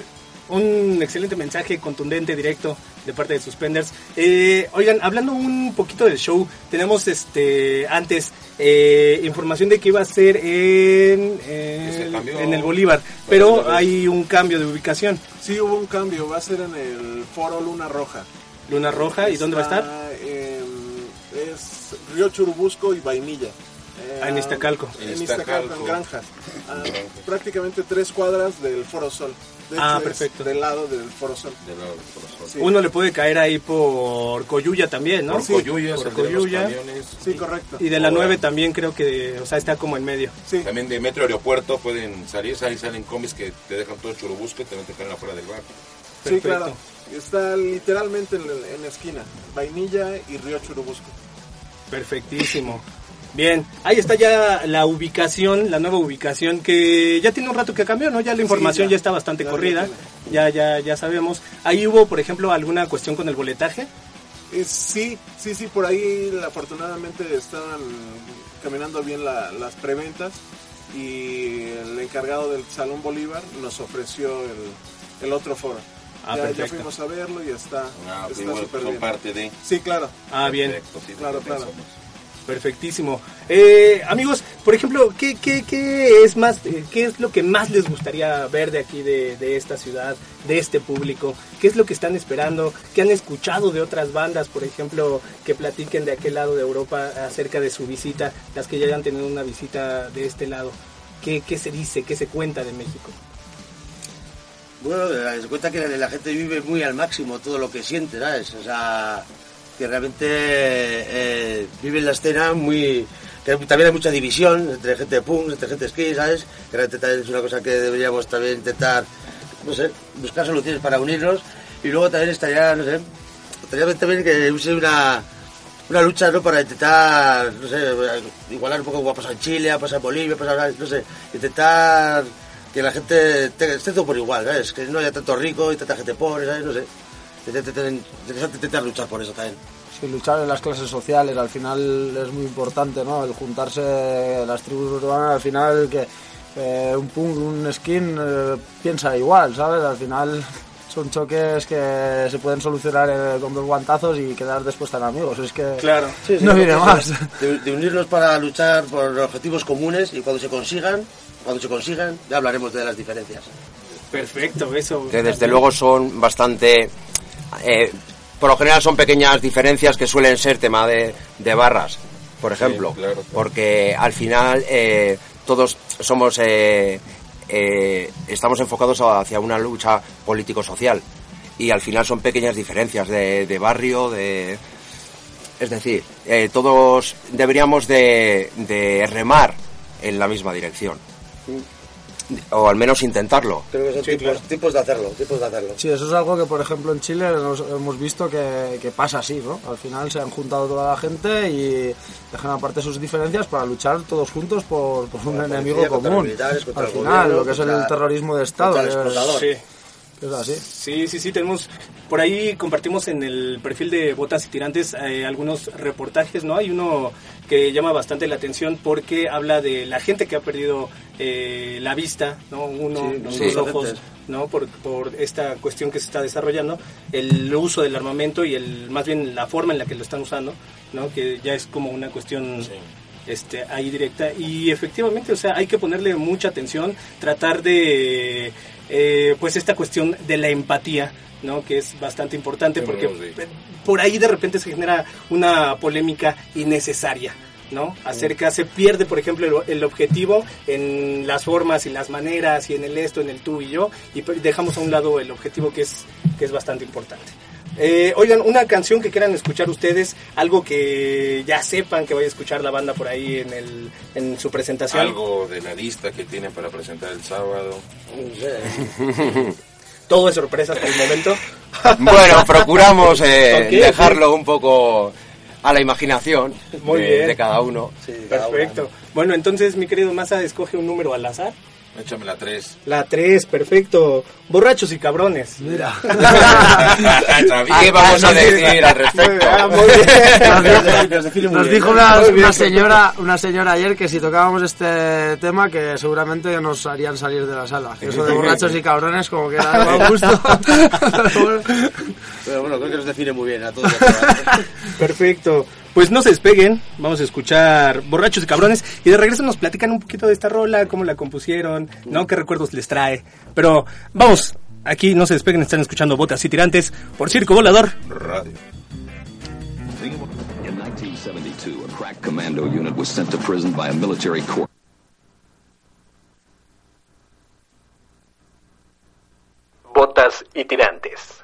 Speaker 6: un excelente mensaje contundente, directo de parte de Suspenders. Eh, oigan, hablando un poquito del show, tenemos este antes eh, información de que iba a ser en, el,
Speaker 13: cambió.
Speaker 6: en el Bolívar,
Speaker 13: Bueno,
Speaker 6: pero
Speaker 13: otra vez.
Speaker 6: hay un cambio de ubicación.
Speaker 13: Sí, hubo un cambio, va a ser en el foro Luna Roja.
Speaker 6: Luna Roja, Ah, ¿y dónde va a estar?
Speaker 13: Está en- es Río Churubusco y Vainilla. Eh,
Speaker 6: Ah, en Iztacalco.
Speaker 13: En Iztacalco, en Granjas. Ah, prácticamente tres cuadras del Foro Sol. De
Speaker 6: Ah,
Speaker 13: es
Speaker 6: perfecto.
Speaker 13: Del lado del Foro Sol. Sí.
Speaker 6: Uno le puede caer ahí por Coyuya también, ¿no?
Speaker 13: Sí,
Speaker 6: por Coyuya.
Speaker 13: Sí, correcto.
Speaker 6: Y de la
Speaker 5: Por-
Speaker 6: 9 también creo que, o sea, está como en medio.
Speaker 5: También de metro aeropuerto pueden salir, salen, salen combis que te dejan todo churubusco y te dejan afuera del bar.
Speaker 13: Sí, claro. Está literalmente en, la- en la esquina. Vainilla y Río Churubusco.
Speaker 6: Perfectísimo. Bien, ahí está ya la ubicación, la nueva ubicación que ya tiene un rato que cambió, ¿no? Ya la información
Speaker 13: ya.
Speaker 6: ya, está bastante
Speaker 13: Ya
Speaker 6: corrida,
Speaker 13: lo
Speaker 6: ya, ya, ya sabemos. Ahí hubo, por ejemplo, alguna cuestión con el boletaje.
Speaker 13: Eh, sí, sí, sí, por ahí afortunadamente estaban caminando bien la- las preventas y el encargado del Salón Bolívar nos ofreció el, el otro foro. ya,
Speaker 5: Ah,
Speaker 13: ya
Speaker 5: perfecto.
Speaker 13: fuimos a verlo y está
Speaker 5: Ah,
Speaker 13: está
Speaker 5: fuimos,
Speaker 13: súper
Speaker 5: son
Speaker 13: bien.
Speaker 5: parte de-
Speaker 13: Sí, claro.
Speaker 6: Ah, bien.
Speaker 13: claro, claro.
Speaker 6: Perfectísimo. Eh, amigos, por ejemplo, ¿qué, qué, qué es más, eh, qué es lo que más les gustaría ver de aquí, de, de esta ciudad, de este público? ¿Qué es lo que están esperando? ¿Qué han escuchado de otras bandas, por ejemplo, que platiquen de aquel lado de Europa acerca de su visita, las que ya hayan tenido una visita de este lado? ¿Qué, qué se dice, qué se cuenta de México?
Speaker 7: Bueno, se cuenta que la, la gente vive muy al máximo todo lo que siente, ¿sabes? O sea, que realmente eh, vive en la escena muy... que también hay mucha división entre gente de punk, entre gente ski, ¿sabes? Que realmente también es una cosa que deberíamos también intentar, no sé, buscar soluciones para unirnos. Y luego también estaría, no sé, estaría bien también que hubiese una, una lucha, ¿no? Para intentar, no sé, igualar un poco como ha pasado en Chile, ha pasado en Bolivia, ha pasado, no sé, intentar que la gente tenga- esté todo por igual, ¿sabes? Que no haya tanto rico y tanta gente pobre, ¿sabes? No sé. Intentar- Interesante intentar luchar por eso también.
Speaker 10: Sí, luchar en las clases sociales, al final es muy importante, ¿no? El juntarse las tribus urbanas, al final que eh, un punk, un skin eh, piensa igual, ¿sabes? Al final son choques que se pueden solucionar eh, con dos guantazos y quedar después tan amigos, es que
Speaker 7: Sí, sí,
Speaker 10: no viene
Speaker 7: creo que
Speaker 10: más.
Speaker 7: De, de unirnos para luchar por objetivos comunes y cuando se consigan, cuando se consigan, ya hablaremos de las diferencias.
Speaker 6: Perfecto, eso.
Speaker 11: que desde luego son bastante... eh, por lo general son pequeñas diferencias que suelen ser tema de, de barras, por ejemplo. Porque al final eh, todos somos... eh, eh, estamos enfocados hacia una lucha político-social. Y al final son pequeñas diferencias de, de barrio, de... Es decir, eh, todos deberíamos de- de remar en la misma dirección. O al menos intentarlo.
Speaker 7: Creo que son tipos, tipos de hacerlo, tipos de hacerlo.
Speaker 10: Sí, eso es algo que, por ejemplo, en Chile nos- hemos visto que, que pasa así, ¿no? Al final se han juntado toda la gente y dejan aparte sus diferencias para luchar todos juntos por, por un
Speaker 7: la policía,
Speaker 10: enemigo
Speaker 7: contra
Speaker 10: común.
Speaker 7: militares, contra
Speaker 10: Al
Speaker 7: el
Speaker 10: final,
Speaker 7: gobierno,
Speaker 10: lo que es el
Speaker 7: contra-
Speaker 10: terrorismo de Estado.
Speaker 7: contra el
Speaker 10: que es-
Speaker 7: explotador.
Speaker 6: Sí.
Speaker 10: que es así.
Speaker 6: Sí, sí, sí, tenemos por ahí compartimos en el perfil de Botas y Tirantes eh, algunos reportajes, ¿no? Hay uno que llama bastante la atención porque habla de la gente que ha perdido eh, la vista, ¿no? Uno,
Speaker 7: Sí,
Speaker 6: los
Speaker 7: sí.
Speaker 6: dos ojos, ¿no? Por, por esta cuestión que se está desarrollando, el uso del armamento y el más bien la forma en la que lo están usando, ¿no? Que ya es como una cuestión este, ahí directa. Y efectivamente, o sea, hay que ponerle mucha atención, tratar de, eh, pues, esta cuestión de la empatía, ¿no? Que es bastante importante porque
Speaker 5: Sí.
Speaker 6: por ahí de repente se genera una polémica innecesaria. ¿no? Acerca, se pierde, por ejemplo, el, el objetivo en las formas y las maneras y en el esto, en el tú y yo, y per- dejamos a un lado el objetivo que es, que es bastante importante. Eh, oigan, una canción que quieran escuchar ustedes, algo que ya sepan que vaya a escuchar la banda por ahí en, el, en su presentación.
Speaker 5: Algo de la lista que tienen para presentar el sábado.
Speaker 6: Todo es sorpresa hasta el momento.
Speaker 11: Bueno, procuramos eh,
Speaker 6: Ok,
Speaker 11: dejarlo un poco a la imaginación
Speaker 6: Muy
Speaker 11: de,
Speaker 6: bien.
Speaker 11: de cada uno.
Speaker 6: Perfecto. Bueno, entonces, mi querido Massa, escoge un número al azar.
Speaker 5: Échame la 3.
Speaker 6: La 3, perfecto. Borrachos y cabrones. Mira.
Speaker 5: Ah,
Speaker 11: ¿Y Ah, qué vamos
Speaker 6: Ah,
Speaker 11: a decir al respecto?
Speaker 10: Nos dijo una,
Speaker 6: pues,
Speaker 10: una señora, una señora ayer que si tocábamos este tema
Speaker 14: <laughs>
Speaker 10: que seguramente nos harían salir de la sala. Que Eso de borrachos y cabrones como que era algo a gusto.
Speaker 7: Pero bueno, creo que nos define muy bien a
Speaker 8: <laughs>
Speaker 7: todos.
Speaker 6: Perfecto. Pues no se despeguen, vamos a escuchar Borrachos y Cabrones y de regreso nos platican un poquito de esta rola, cómo la compusieron, ¿no? ¿Qué recuerdos les trae? Pero vamos, aquí no se despeguen, están escuchando Botas y Tirantes por Circo Volador.
Speaker 5: Radio.
Speaker 14: In 1972, a crack commando unit was sent to prison by a military court.
Speaker 3: Botas y tirantes.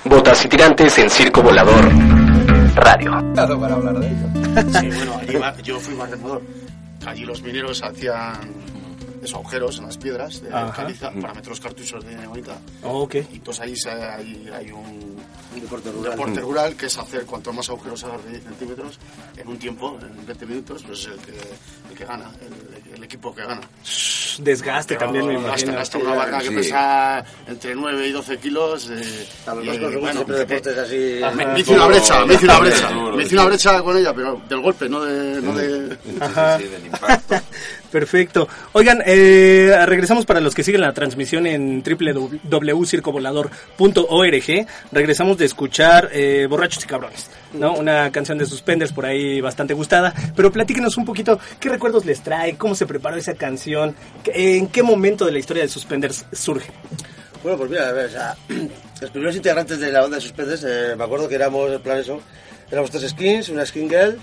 Speaker 3: Botas y Tirantes en Circo Volador Radio.
Speaker 8: para hablar de ello.
Speaker 7: Sí, bueno,
Speaker 8: allí va- yo fui barrendador. Allí los mineros hacían esos agujeros en las piedras de
Speaker 6: Ajá.
Speaker 8: caliza para meter los cartuchos de dinamita.
Speaker 6: Oh, ok.
Speaker 8: Y entonces ahí se- hay, hay un, deporte,
Speaker 7: rural.
Speaker 8: deporte rural que es hacer cuanto más agujeros hagas de 10 centímetros en un tiempo, en 20 minutos, pues es el que, el que gana, el, el equipo que gana.
Speaker 6: Desgaste
Speaker 8: Pero
Speaker 6: también, me
Speaker 8: Hasta,
Speaker 6: imagino.
Speaker 8: hasta una barra que
Speaker 6: Sí.
Speaker 8: pesa entre 9 y 12 kilos. eh,
Speaker 7: A los
Speaker 8: y,
Speaker 7: vascos nos gustan siempre
Speaker 8: que-
Speaker 7: deportes así.
Speaker 8: Me,
Speaker 7: Ajá.
Speaker 8: me hice una brecha, me hice una brecha.
Speaker 7: Duro,
Speaker 8: Me hice una brecha con ella, pero del golpe, no de. No de...
Speaker 6: Ajá. Perfecto. Oigan, eh, regresamos para los que siguen la transmisión en www.circovolador.org. Regresamos de escuchar eh, Borrachos y Cabrones, ¿no? Una canción de Suspenders por ahí bastante gustada. Pero platíquenos un poquito, ¿qué recuerdos les trae? ¿Cómo se preparó esa canción? ¿Qué- ¿En qué momento de la historia de Suspenders surge?
Speaker 7: Bueno, pues mira, a ver, o sea, <clears throat> los primeros integrantes de la banda de Suspendes, eh, me acuerdo que éramos, en plan eso, éramos tres skins, una skin girl,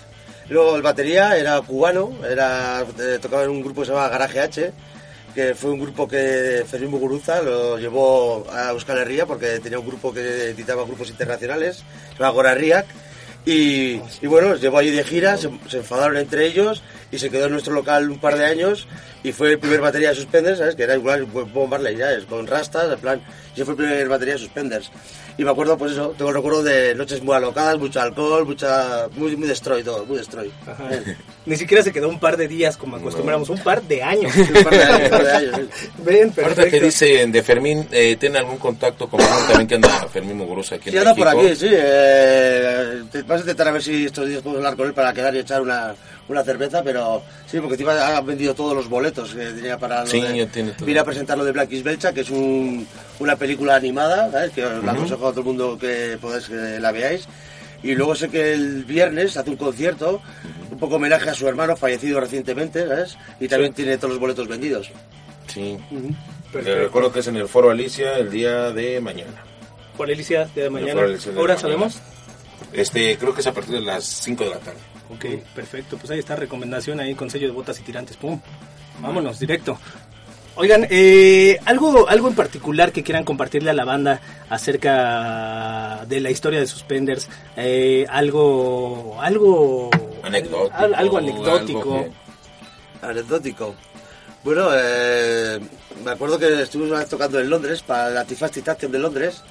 Speaker 7: luego el batería era cubano, era, eh, tocaba en un grupo que se llama Garaje H, que fue un grupo que Fermín Muguruza lo llevó a Euskal Herria porque tenía un grupo que editaba grupos internacionales, se llama Gora Herriak, y, y bueno, los llevó allí de gira, se, se enfadaron entre ellos y se quedó en nuestro local un par de años y fue el primer batería de Suspenders, ¿sabes? Que era igual que Bob Marley, ¿sabes? Con rastas, en plan, yo fui el primer batería de Suspenders. Y me acuerdo, pues eso, tengo el recuerdo de noches muy alocadas, mucho alcohol, mucha, muy, muy destroy todo, muy destroy.
Speaker 6: <laughs> Ni siquiera se quedó un par de días como acostumbramos, un par de años.
Speaker 7: un par de años, un par de años,
Speaker 6: Ven,
Speaker 5: Ahorita que
Speaker 6: perfecto.
Speaker 5: dicen de Fermín, eh, ¿tiene algún contacto con Fermín también que anda Fermín Muguruza aquí en
Speaker 7: Sí, anda por
Speaker 5: México?
Speaker 7: aquí, sí. eh, te- vas a intentar a ver si estos días puedo hablar con él para quedar y echar una, una cerveza, pero sí, porque encima ha vendido todos los boletos que tenía para lo
Speaker 5: Sí,
Speaker 7: de-
Speaker 5: ya tiene todo.
Speaker 7: Vine a presentar lo de Black is Belcha, que es un- una película animada, ¿sabes? Que os la
Speaker 5: Ujú.
Speaker 7: aconsejo a todo el mundo que podáis que la veáis. Y luego sé que el viernes hace un concierto, un poco homenaje a su hermano fallecido recientemente, ¿sabes? Y también tiene todos los boletos vendidos.
Speaker 5: Sí. Le recuerdo que es en el Foro Alicia el día de mañana.
Speaker 6: Por Alicia, de
Speaker 5: El
Speaker 6: mañana.
Speaker 5: Foro Alicia de
Speaker 6: ¿Ahora
Speaker 5: mañana.
Speaker 6: sabemos?
Speaker 5: Este, creo que es a partir de las 5 de la tarde.
Speaker 6: Ok, perfecto. Pues ahí está recomendación ahí con sello de botas y tirantes. Pum. Vámonos, directo. Oigan, eh, algo, algo en particular que quieran compartirle a la banda acerca de la historia de Suspenders, eh, algo, algo,
Speaker 5: Anecdótico.
Speaker 6: al- algo anecdótico.
Speaker 5: algo que-
Speaker 7: Anecdótico. Bueno, eh, me acuerdo que estuvimos una vez tocando en Londres para la Tifastitación de Londres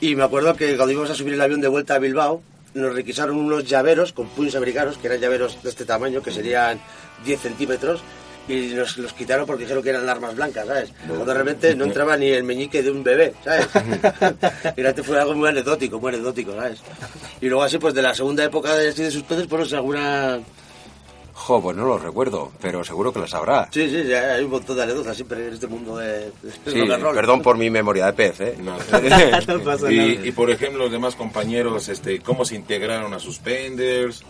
Speaker 7: y me acuerdo que cuando íbamos a subir el avión de vuelta a Bilbao nos requisaron unos llaveros con puños americanos que eran llaveros de este tamaño que serían 10 centímetros y nos los quitaron porque dijeron que eran armas blancas, ¿sabes? Cuando realmente no entraba ni el meñique de un bebé, ¿sabes? <laughs> Y realmente fue algo muy anecdótico, muy anecdótico, ¿sabes? Y luego así, pues de la segunda época de Steve de Suspendes, pues no sé, alguna
Speaker 11: Jo, pues no lo recuerdo, pero seguro que las habrá.
Speaker 7: Sí, sí, sí, hay un montón de anécdotas siempre en este mundo de, de
Speaker 11: Sí,
Speaker 7: rock and roll.
Speaker 11: perdón por mi memoria de
Speaker 5: <laughs>
Speaker 11: pez, ¿eh?
Speaker 7: No pasa
Speaker 5: y,
Speaker 7: nada.
Speaker 5: y, por ejemplo, los demás compañeros, este, ¿cómo se integraron a Suspenders?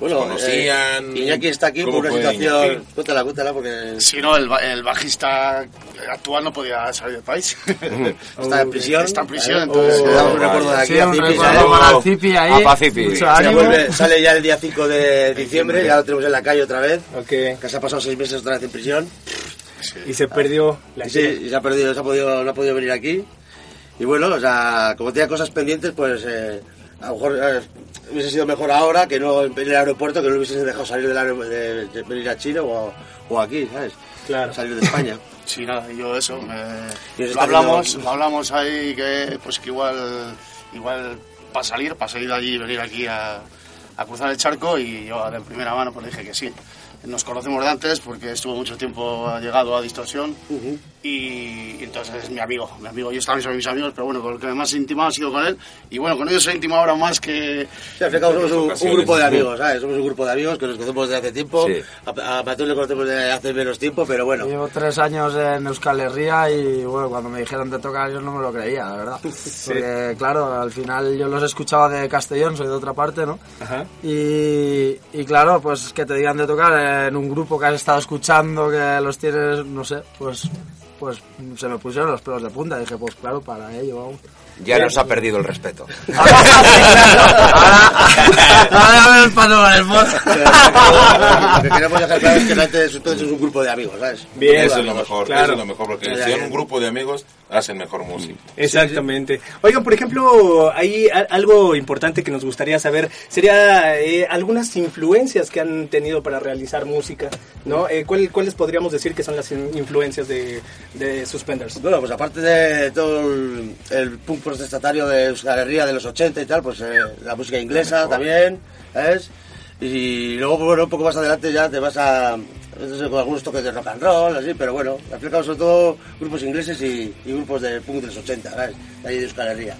Speaker 7: Bueno,
Speaker 5: ¿Los conocían?
Speaker 7: eh, Iñaki está aquí por
Speaker 5: ¿Cómo
Speaker 7: una
Speaker 5: fue
Speaker 7: situación.
Speaker 5: Iñaki?
Speaker 7: Cuéntala, cuéntala, porque.
Speaker 8: Si no, el, ba- el bajista actual no podía salir
Speaker 3: <laughs>
Speaker 8: del país. <laughs>
Speaker 7: Está en prisión.
Speaker 8: Está en prisión,
Speaker 7: Oh,
Speaker 8: entonces.
Speaker 7: oh,
Speaker 8: le damos
Speaker 7: oh,
Speaker 8: un recuerdo de
Speaker 7: vale.
Speaker 8: aquí
Speaker 7: Sí,
Speaker 8: a
Speaker 7: un
Speaker 8: Zipi,
Speaker 7: recuerdo
Speaker 8: ¿sabes?
Speaker 7: para
Speaker 8: Oh.
Speaker 7: Zipi
Speaker 11: Ah,
Speaker 7: ahí.
Speaker 8: Apa, Zipi.
Speaker 7: Se ¿eh? vuelve- sale ya el día 5 de diciembre, ya lo tenemos en la calle otra vez.
Speaker 6: Que
Speaker 7: se ha pasado seis meses otra vez en prisión.
Speaker 6: Y se perdió la
Speaker 7: Y sí,
Speaker 6: gira.
Speaker 7: y se ha perdido, se ha podido, no ha podido venir aquí. Y bueno, o sea, como tenía cosas pendientes, pues eh, a lo mejor eh, hubiese sido mejor ahora que no en el aeropuerto, que no lo hubiesen dejado salir del aeropuerto, de, de venir a Chile o, o aquí, ¿sabes?
Speaker 6: Claro.
Speaker 7: Salir de
Speaker 6: <laughs>
Speaker 7: España.
Speaker 8: Sí, nada, yo eso. me-
Speaker 7: Y eso
Speaker 8: lo,
Speaker 7: está
Speaker 8: hablamos,
Speaker 7: haciendo-
Speaker 8: lo hablamos ahí que, pues que igual, igual para salir, para salir de allí y venir aquí a, a cruzar el charco y yo de primera mano pues le dije que sí. Nos conocemos de antes porque estuvo mucho tiempo llegado a Distorsión y, y entonces es mi amigo, mi amigo. Yo también soy mis amigos, pero bueno, con el que más he intimado ha sido con él y bueno, con ellos he intimado ahora más que...
Speaker 7: Sí, al fin y al cabo somos un, un grupo de amigos, ¿sabes? Somos un grupo de amigos que nos conocemos desde hace tiempo.
Speaker 8: Sí.
Speaker 7: A, a Mateo le conocemos desde hace menos tiempo, pero bueno.
Speaker 10: Llevo tres años en Euskal Herria y bueno, cuando me dijeron te toca yo no me lo creía,
Speaker 6: <laughs>
Speaker 10: la verdad. Porque claro, al final yo los escuchaba de Castellón, soy de otra parte, ¿no?
Speaker 6: Ajá.
Speaker 10: Y, y claro, pues que te digan de tocar en un grupo que has estado escuchando, que los tienes, no sé, pues pues se me pusieron los pelos de punta. Dije, pues claro, para ello, vamos.
Speaker 11: Ya nos ha perdido el respeto.
Speaker 10: Ahora el pato con el
Speaker 7: Lo que queremos dejar claro es que la gente de ustedes es un grupo de amigos, ¿sabes?
Speaker 5: eso es lo mejor, eso es lo mejor, porque si
Speaker 7: Ya,
Speaker 5: son
Speaker 7: ya.
Speaker 5: un grupo de amigos, hacen mejor música.
Speaker 6: Exactamente. Oigan, por ejemplo, hay a- algo importante que nos gustaría saber. Sería eh, algunas influencias que han tenido para realizar música, ¿no? Eh, ¿cuál- ¿Cuáles podríamos decir que son las in- influencias de, de Suspenders?
Speaker 7: Bueno, pues aparte de todo el, el punk protestatario de Euskal Herria de los 80 y tal, pues eh, la música inglesa también, ¿sabes? Y luego, pues, bueno, un poco más adelante ya te vas a... no sé, con algunos toques de rock and roll, así, pero bueno, aplicamos sobre todo grupos ingleses y, y grupos de punk de los 80, ¿sabes? De ahí de Euskal Herria.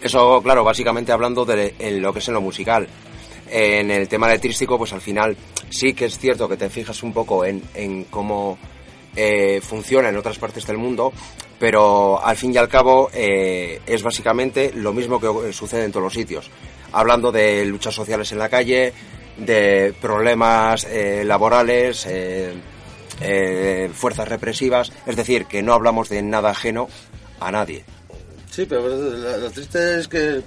Speaker 11: Eso, claro, básicamente hablando de en lo que es en lo musical. En el tema letrístico, pues al final sí que es cierto que te fijas un poco en, en cómo eh, funciona en otras partes del mundo, pero al fin y al cabo eh, es básicamente lo mismo que eh, sucede en todos los sitios. Hablando de luchas sociales en la calle, de problemas eh, laborales, eh, eh, fuerzas represivas, es decir, que no hablamos de nada ajeno a nadie.
Speaker 7: Sí, pero pues, lo, lo triste es que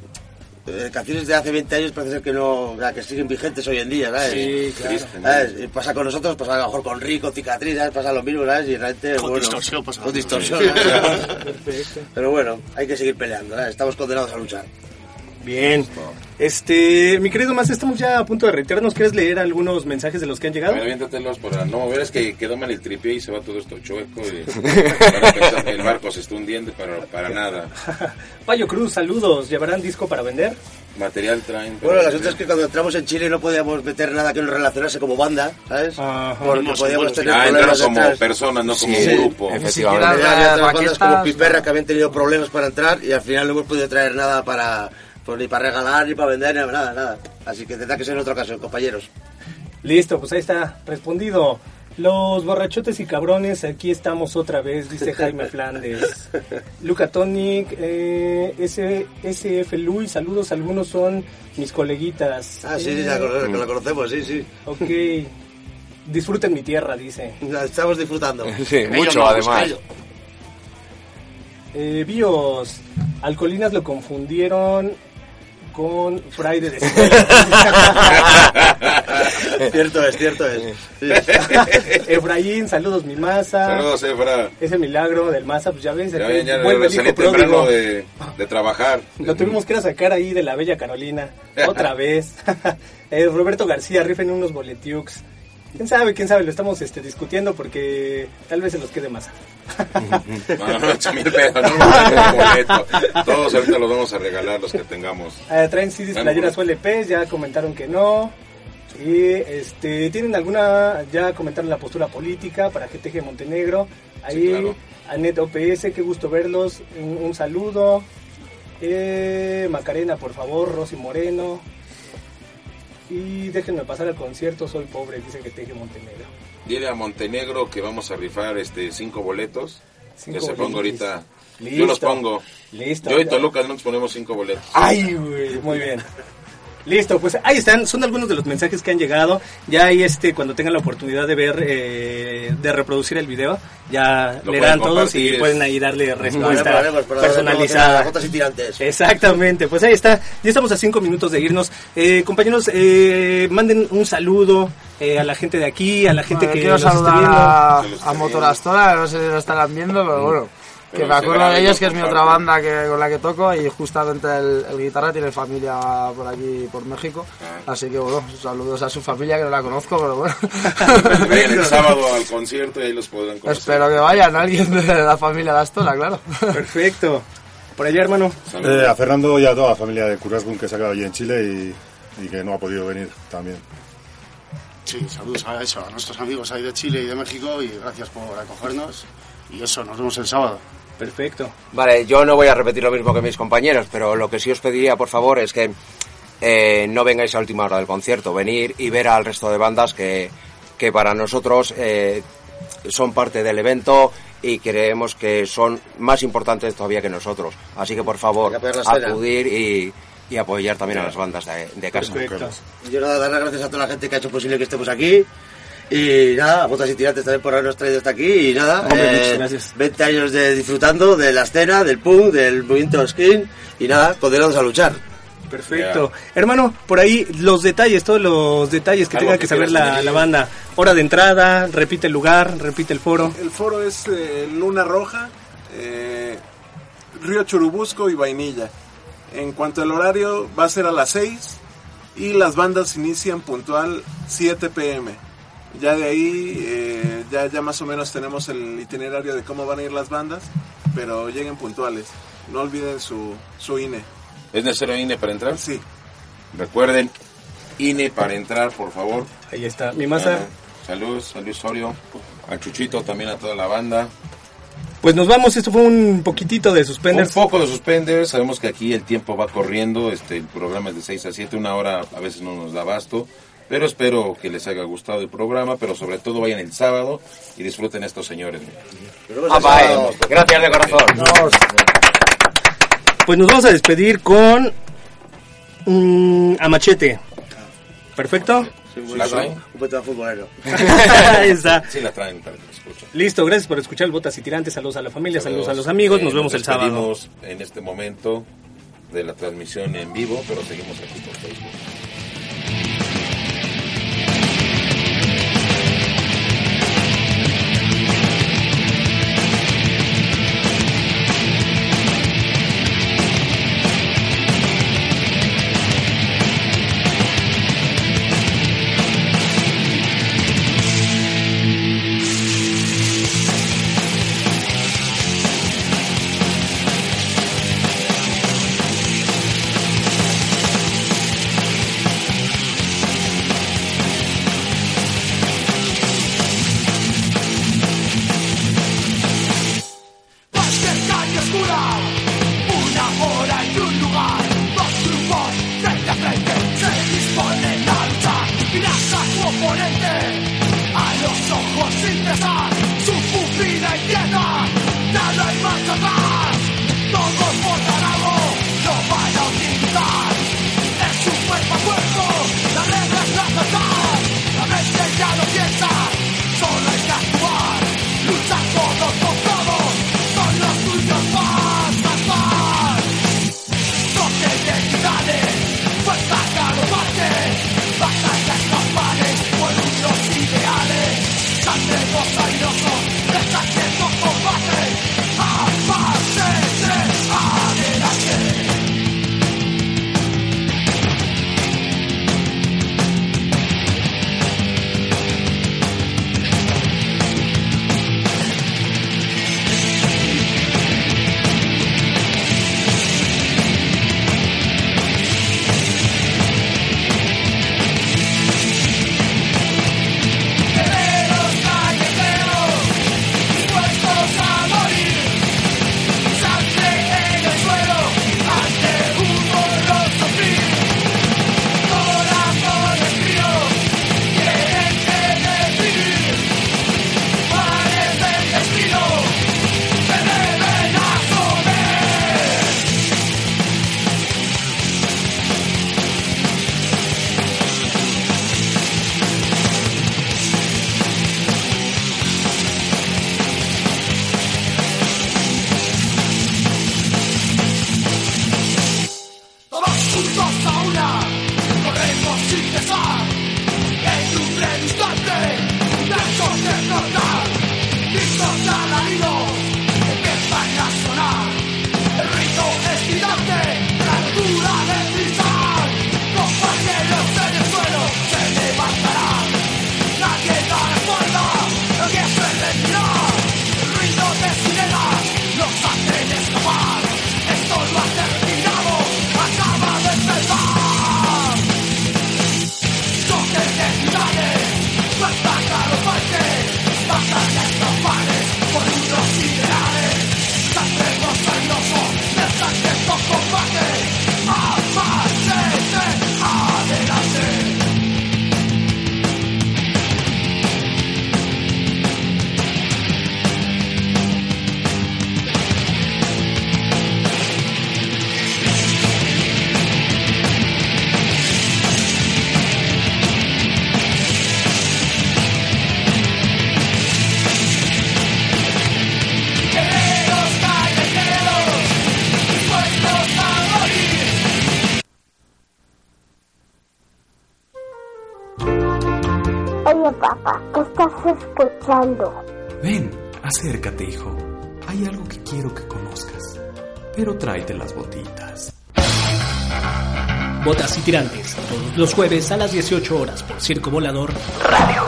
Speaker 7: eh, canciones de hace 20 años parece ser que no, o sea, que siguen vigentes hoy en día, ¿sabes?
Speaker 6: Sí, claro. Triste, ¿no?
Speaker 7: ¿Sabes? Y pasa con nosotros, pasa a lo mejor con Rico, Cicatriz, ¿sabes? Pasa lo mismo, ¿sabes? Y realmente,
Speaker 8: Con
Speaker 7: bueno,
Speaker 8: distorsión pasa lo
Speaker 7: Con
Speaker 8: mismo.
Speaker 7: distorsión,
Speaker 8: Sí.
Speaker 7: ¿sabes?
Speaker 6: Perfecto.
Speaker 7: <laughs> Pero bueno, hay que seguir peleando, ¿sabes? Estamos condenados a luchar.
Speaker 6: Bien. Este, mi querido Más, estamos ya a punto de retirarnos. ¿Quieres leer algunos mensajes de los que han
Speaker 5: A
Speaker 6: llegado?
Speaker 5: ver, aviéntatelos para no ver, es que quedó mal el tripié y se va todo esto chueco. Y, <laughs> van a pensar que el barco se está hundiendo, pero para nada.
Speaker 6: <laughs> Payo Cruz, saludos. ¿Llevarán disco para vender?
Speaker 5: Material traen. pero-
Speaker 7: Bueno, la asunto es que cuando entramos en Chile no podíamos meter nada que nos relacionase como banda, ¿sabes? Porque
Speaker 5: Somos
Speaker 7: podíamos
Speaker 5: humanos.
Speaker 7: tener
Speaker 5: Ah,
Speaker 7: problemas
Speaker 5: entraron como
Speaker 7: detrás.
Speaker 5: personas, no como grupo.
Speaker 7: Ni
Speaker 5: Efectivamente.
Speaker 7: siquiera
Speaker 5: Las
Speaker 7: había otras bandas como
Speaker 5: maquetas,
Speaker 7: Piperra que habían tenido problemas para entrar y al final no hemos podido traer nada para pues, ni para regalar, ni para vender, ni nada, nada. Así que tendrá que ser en otra ocasión, compañeros.
Speaker 6: Listo, pues ahí está respondido. Los borrachotes y cabrones, aquí estamos otra vez, dice
Speaker 7: <laughs>
Speaker 6: Jaime Flandes. Luca Tonic, eh, S- SF Luis, saludos, algunos son mis coleguitas.
Speaker 7: Ah, sí, sí,
Speaker 6: Eh,
Speaker 7: la, cono- la conocemos, sí, sí.
Speaker 6: Ok. Disfruten mi tierra, dice.
Speaker 7: La
Speaker 6: <laughs>
Speaker 7: estamos disfrutando.
Speaker 11: Sí, mucho, además.
Speaker 6: Eh, Bios, Alcolinas lo confundieron con Friday de
Speaker 5: <laughs>
Speaker 6: Escuela.
Speaker 7: cierto es, cierto es.
Speaker 6: Efraín, saludos mi masa.
Speaker 5: <laughs> Saludos, eh, Efra.
Speaker 6: Ese milagro del masa, pues ya ves,
Speaker 5: Ya
Speaker 6: aquí
Speaker 5: ven, ya
Speaker 6: vuelve el
Speaker 5: salí
Speaker 6: hijo
Speaker 5: temprano
Speaker 6: pródigo.
Speaker 5: de, de trabajar.
Speaker 6: Lo tuvimos que ir a sacar ahí de la bella Carolina,
Speaker 5: <laughs>
Speaker 6: otra vez. <laughs> Eh, Roberto García, rifen unos boletiux. Quién sabe, quién sabe, lo estamos este, discutiendo porque tal vez se los quede masa.
Speaker 5: No, no, 8 mil pesos, no, no, no, boleto. Todos ahorita los vamos a regalar los que tengamos.
Speaker 6: Eh, traen CDs, playeras o LPs, ya comentaron que no. Y este, tienen alguna, ya comentaron la postura política para que teje Montenegro. Ahí,
Speaker 5: claro.
Speaker 6: Anet OPS, qué gusto verlos. Un, un saludo. Eh, Macarena, por favor, Rosy Moreno. Y déjenme pasar al concierto, soy pobre, dice que teje Montenegro.
Speaker 5: Dile a Montenegro que vamos a rifar este cinco boletos.
Speaker 6: Cinco
Speaker 5: que se ponga
Speaker 6: boletos.
Speaker 5: ahorita.
Speaker 6: Listo.
Speaker 5: Yo los pongo.
Speaker 6: Listo.
Speaker 5: Yo y Toluca no nos ponemos cinco boletos.
Speaker 6: Ay, güey, muy bien. Listo, pues ahí están, son algunos de los mensajes que han llegado. Ya ahí, este, cuando tengan la oportunidad de ver, eh, de reproducir el video, ya
Speaker 7: Lo
Speaker 6: leerán
Speaker 7: pueden
Speaker 6: todos y
Speaker 7: compartir.
Speaker 6: pueden ahí darle respuesta
Speaker 7: Lo haremos, pues, pero
Speaker 6: personalizada.
Speaker 7: Botas y tirantes.
Speaker 10: Eh,
Speaker 6: Exactamente, pues ahí está. Ya estamos a cinco minutos de irnos. Eh, compañeros, eh, manden un saludo eh, a la gente de aquí, a la gente
Speaker 10: Bueno,
Speaker 6: que
Speaker 10: quiero
Speaker 6: nos está
Speaker 10: saludar
Speaker 6: viendo.
Speaker 10: a, a Motorastora, no sé si lo estarán viendo, pero bueno. Que
Speaker 6: Pero
Speaker 10: me
Speaker 6: se
Speaker 10: acuerdo
Speaker 6: graba
Speaker 10: de
Speaker 6: y
Speaker 10: ellos,
Speaker 6: lo
Speaker 10: que es mi otra
Speaker 6: comparte.
Speaker 10: banda que, con la que toco y justamente el, el guitarra tiene familia por aquí, por México. Así que bueno, saludos a su familia que no la conozco, pero bueno.
Speaker 5: Vayan el sábado al concierto y ahí los podrán conocer.
Speaker 10: <laughs> Espero que vayan alguien de la familia de Astora, claro.
Speaker 6: Perfecto. Por allá, hermano.
Speaker 9: Eh, a Fernando y a toda la familia de Currasbun que se ha quedado allí en Chile y, y que no ha podido venir también.
Speaker 8: Sí, saludos a eso, a nuestros amigos ahí de Chile y de México y gracias por acogernos. Y eso, nos vemos el sábado.
Speaker 6: Perfecto.
Speaker 11: Vale, yo no voy a repetir lo mismo que mis compañeros, pero lo que sí os pediría, por favor, es que eh, no vengáis a última hora del concierto, venir y ver al resto de bandas que, que para nosotros eh, son parte del evento y creemos que son más importantes todavía que nosotros. Así que, por favor,
Speaker 7: que apoyar la escena.
Speaker 11: acudir y, y apoyar también a las bandas de, de casa.
Speaker 7: Yo nada, dar las gracias a toda la gente que ha hecho posible que estemos aquí. Y nada, botas y tirantes también por habernos traído hasta aquí. Y nada,
Speaker 6: Hombre, muchas gracias.
Speaker 7: 20 años de disfrutando de la escena, del punk, del movimiento skin. Y nada, condenados a luchar.
Speaker 6: Perfecto. Hermano, por ahí los detalles, todos los detalles que
Speaker 7: Algo
Speaker 6: tenga que,
Speaker 7: que
Speaker 6: saber
Speaker 7: quieras
Speaker 6: la,
Speaker 7: añadir.
Speaker 6: la banda. Hora de entrada, repite el lugar, repite el foro.
Speaker 13: El foro es eh, Luna Roja, eh, Río Churubusco y Vainilla. En cuanto al horario, va a ser a las 6 y las bandas inician puntual 7 pm. Ya de ahí, eh, ya, ya más o menos tenemos el itinerario de cómo van a ir las bandas, pero lleguen puntuales. No olviden su, su E. INE.
Speaker 5: ¿Es necesario INE para entrar?
Speaker 13: Sí.
Speaker 5: Recuerden, INE para entrar, por favor.
Speaker 6: Ahí está, mi masa.
Speaker 5: Ah, salud, salud Sorio. A Chuchito, también a toda la banda.
Speaker 6: Pues nos vamos, esto fue un poquitito de
Speaker 5: Un
Speaker 6: suspenders.
Speaker 5: poco de suspender, sabemos que aquí el tiempo va corriendo, este, el programa es de 6 a 7, una hora a veces no nos da abasto, pero espero que les haya gustado el programa, pero sobre todo vayan el sábado y disfruten estos señores.
Speaker 11: Ah, va, eh. Gracias de corazón.
Speaker 6: Pues nos vamos a despedir con mm, a machete. Perfecto. <laughs>
Speaker 7: Soy muy-
Speaker 5: ¿La
Speaker 7: soy
Speaker 5: traen?
Speaker 7: un puto futbolero.
Speaker 6: Ahí está.
Speaker 5: Sí, la traen para que la escuchen.
Speaker 6: Listo, gracias por escuchar el Botas y Tirantes. Saludos a la familia, saludos, a los
Speaker 5: Saludos.
Speaker 6: amigos.
Speaker 5: Eh,
Speaker 6: Nos vemos el sábado.
Speaker 5: despedimos En este momento de la transmisión en vivo, pero seguimos aquí por Facebook.
Speaker 12: Más calle oscura, una hora y un lugar. Dos grupos frente a frente se disponen a luchar. Miras a tu oponente a los ojos sin pesar. Su pupila inquieta, nada hay más atrás. Todos votan algo, lo van a utilizar. Es un cuerpo a cuerpo, la regla es la verdad. La mente ya no piensa, solo hay que actuar. Lucha todos con todos, son los tuyos más más. Toque de ciudades, fuerza galopante, batallas campales por unos ideales. Saldremos airosos, de sangrientos combates, apártense, adelante. Guerreros callejeros, dispuestos a morir, sangre en el suelo, ante un horror sufrir. Corazones fríos, quieren que decidir cuál es el destino que deben asumir. Todos juntos a una, corremos sin cesar. En un breve instante, brazos de flotar. Gritos de alarido empiezan a sonar. El rito es gigante, la altura de cristal. Compañeros en el suelo se levantarán. Nadie da la espalda, nadie se rendirá. El rito de sirenas nos hacen escapar. Esto lo ha terminado, acaba de empezar. Choques de ciudades, fuerza galopante, batallas campales por unos ideales. Saldremos airosos del sangriento combate, apártense, adelante. Guerreros callejeros, dispuestos a morir.
Speaker 15: Oye, papá, ¿qué estás escuchando?
Speaker 16: Ven, acércate, hijo. Hay
Speaker 1: hay algo que quiero que conozcas, pero tráete las botitas.
Speaker 6: Botas y tirantes, todos los jueves a las 18 horas por Circo Volador Radio.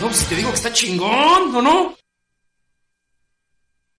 Speaker 2: No, si te digo que está chingón, ¿o no?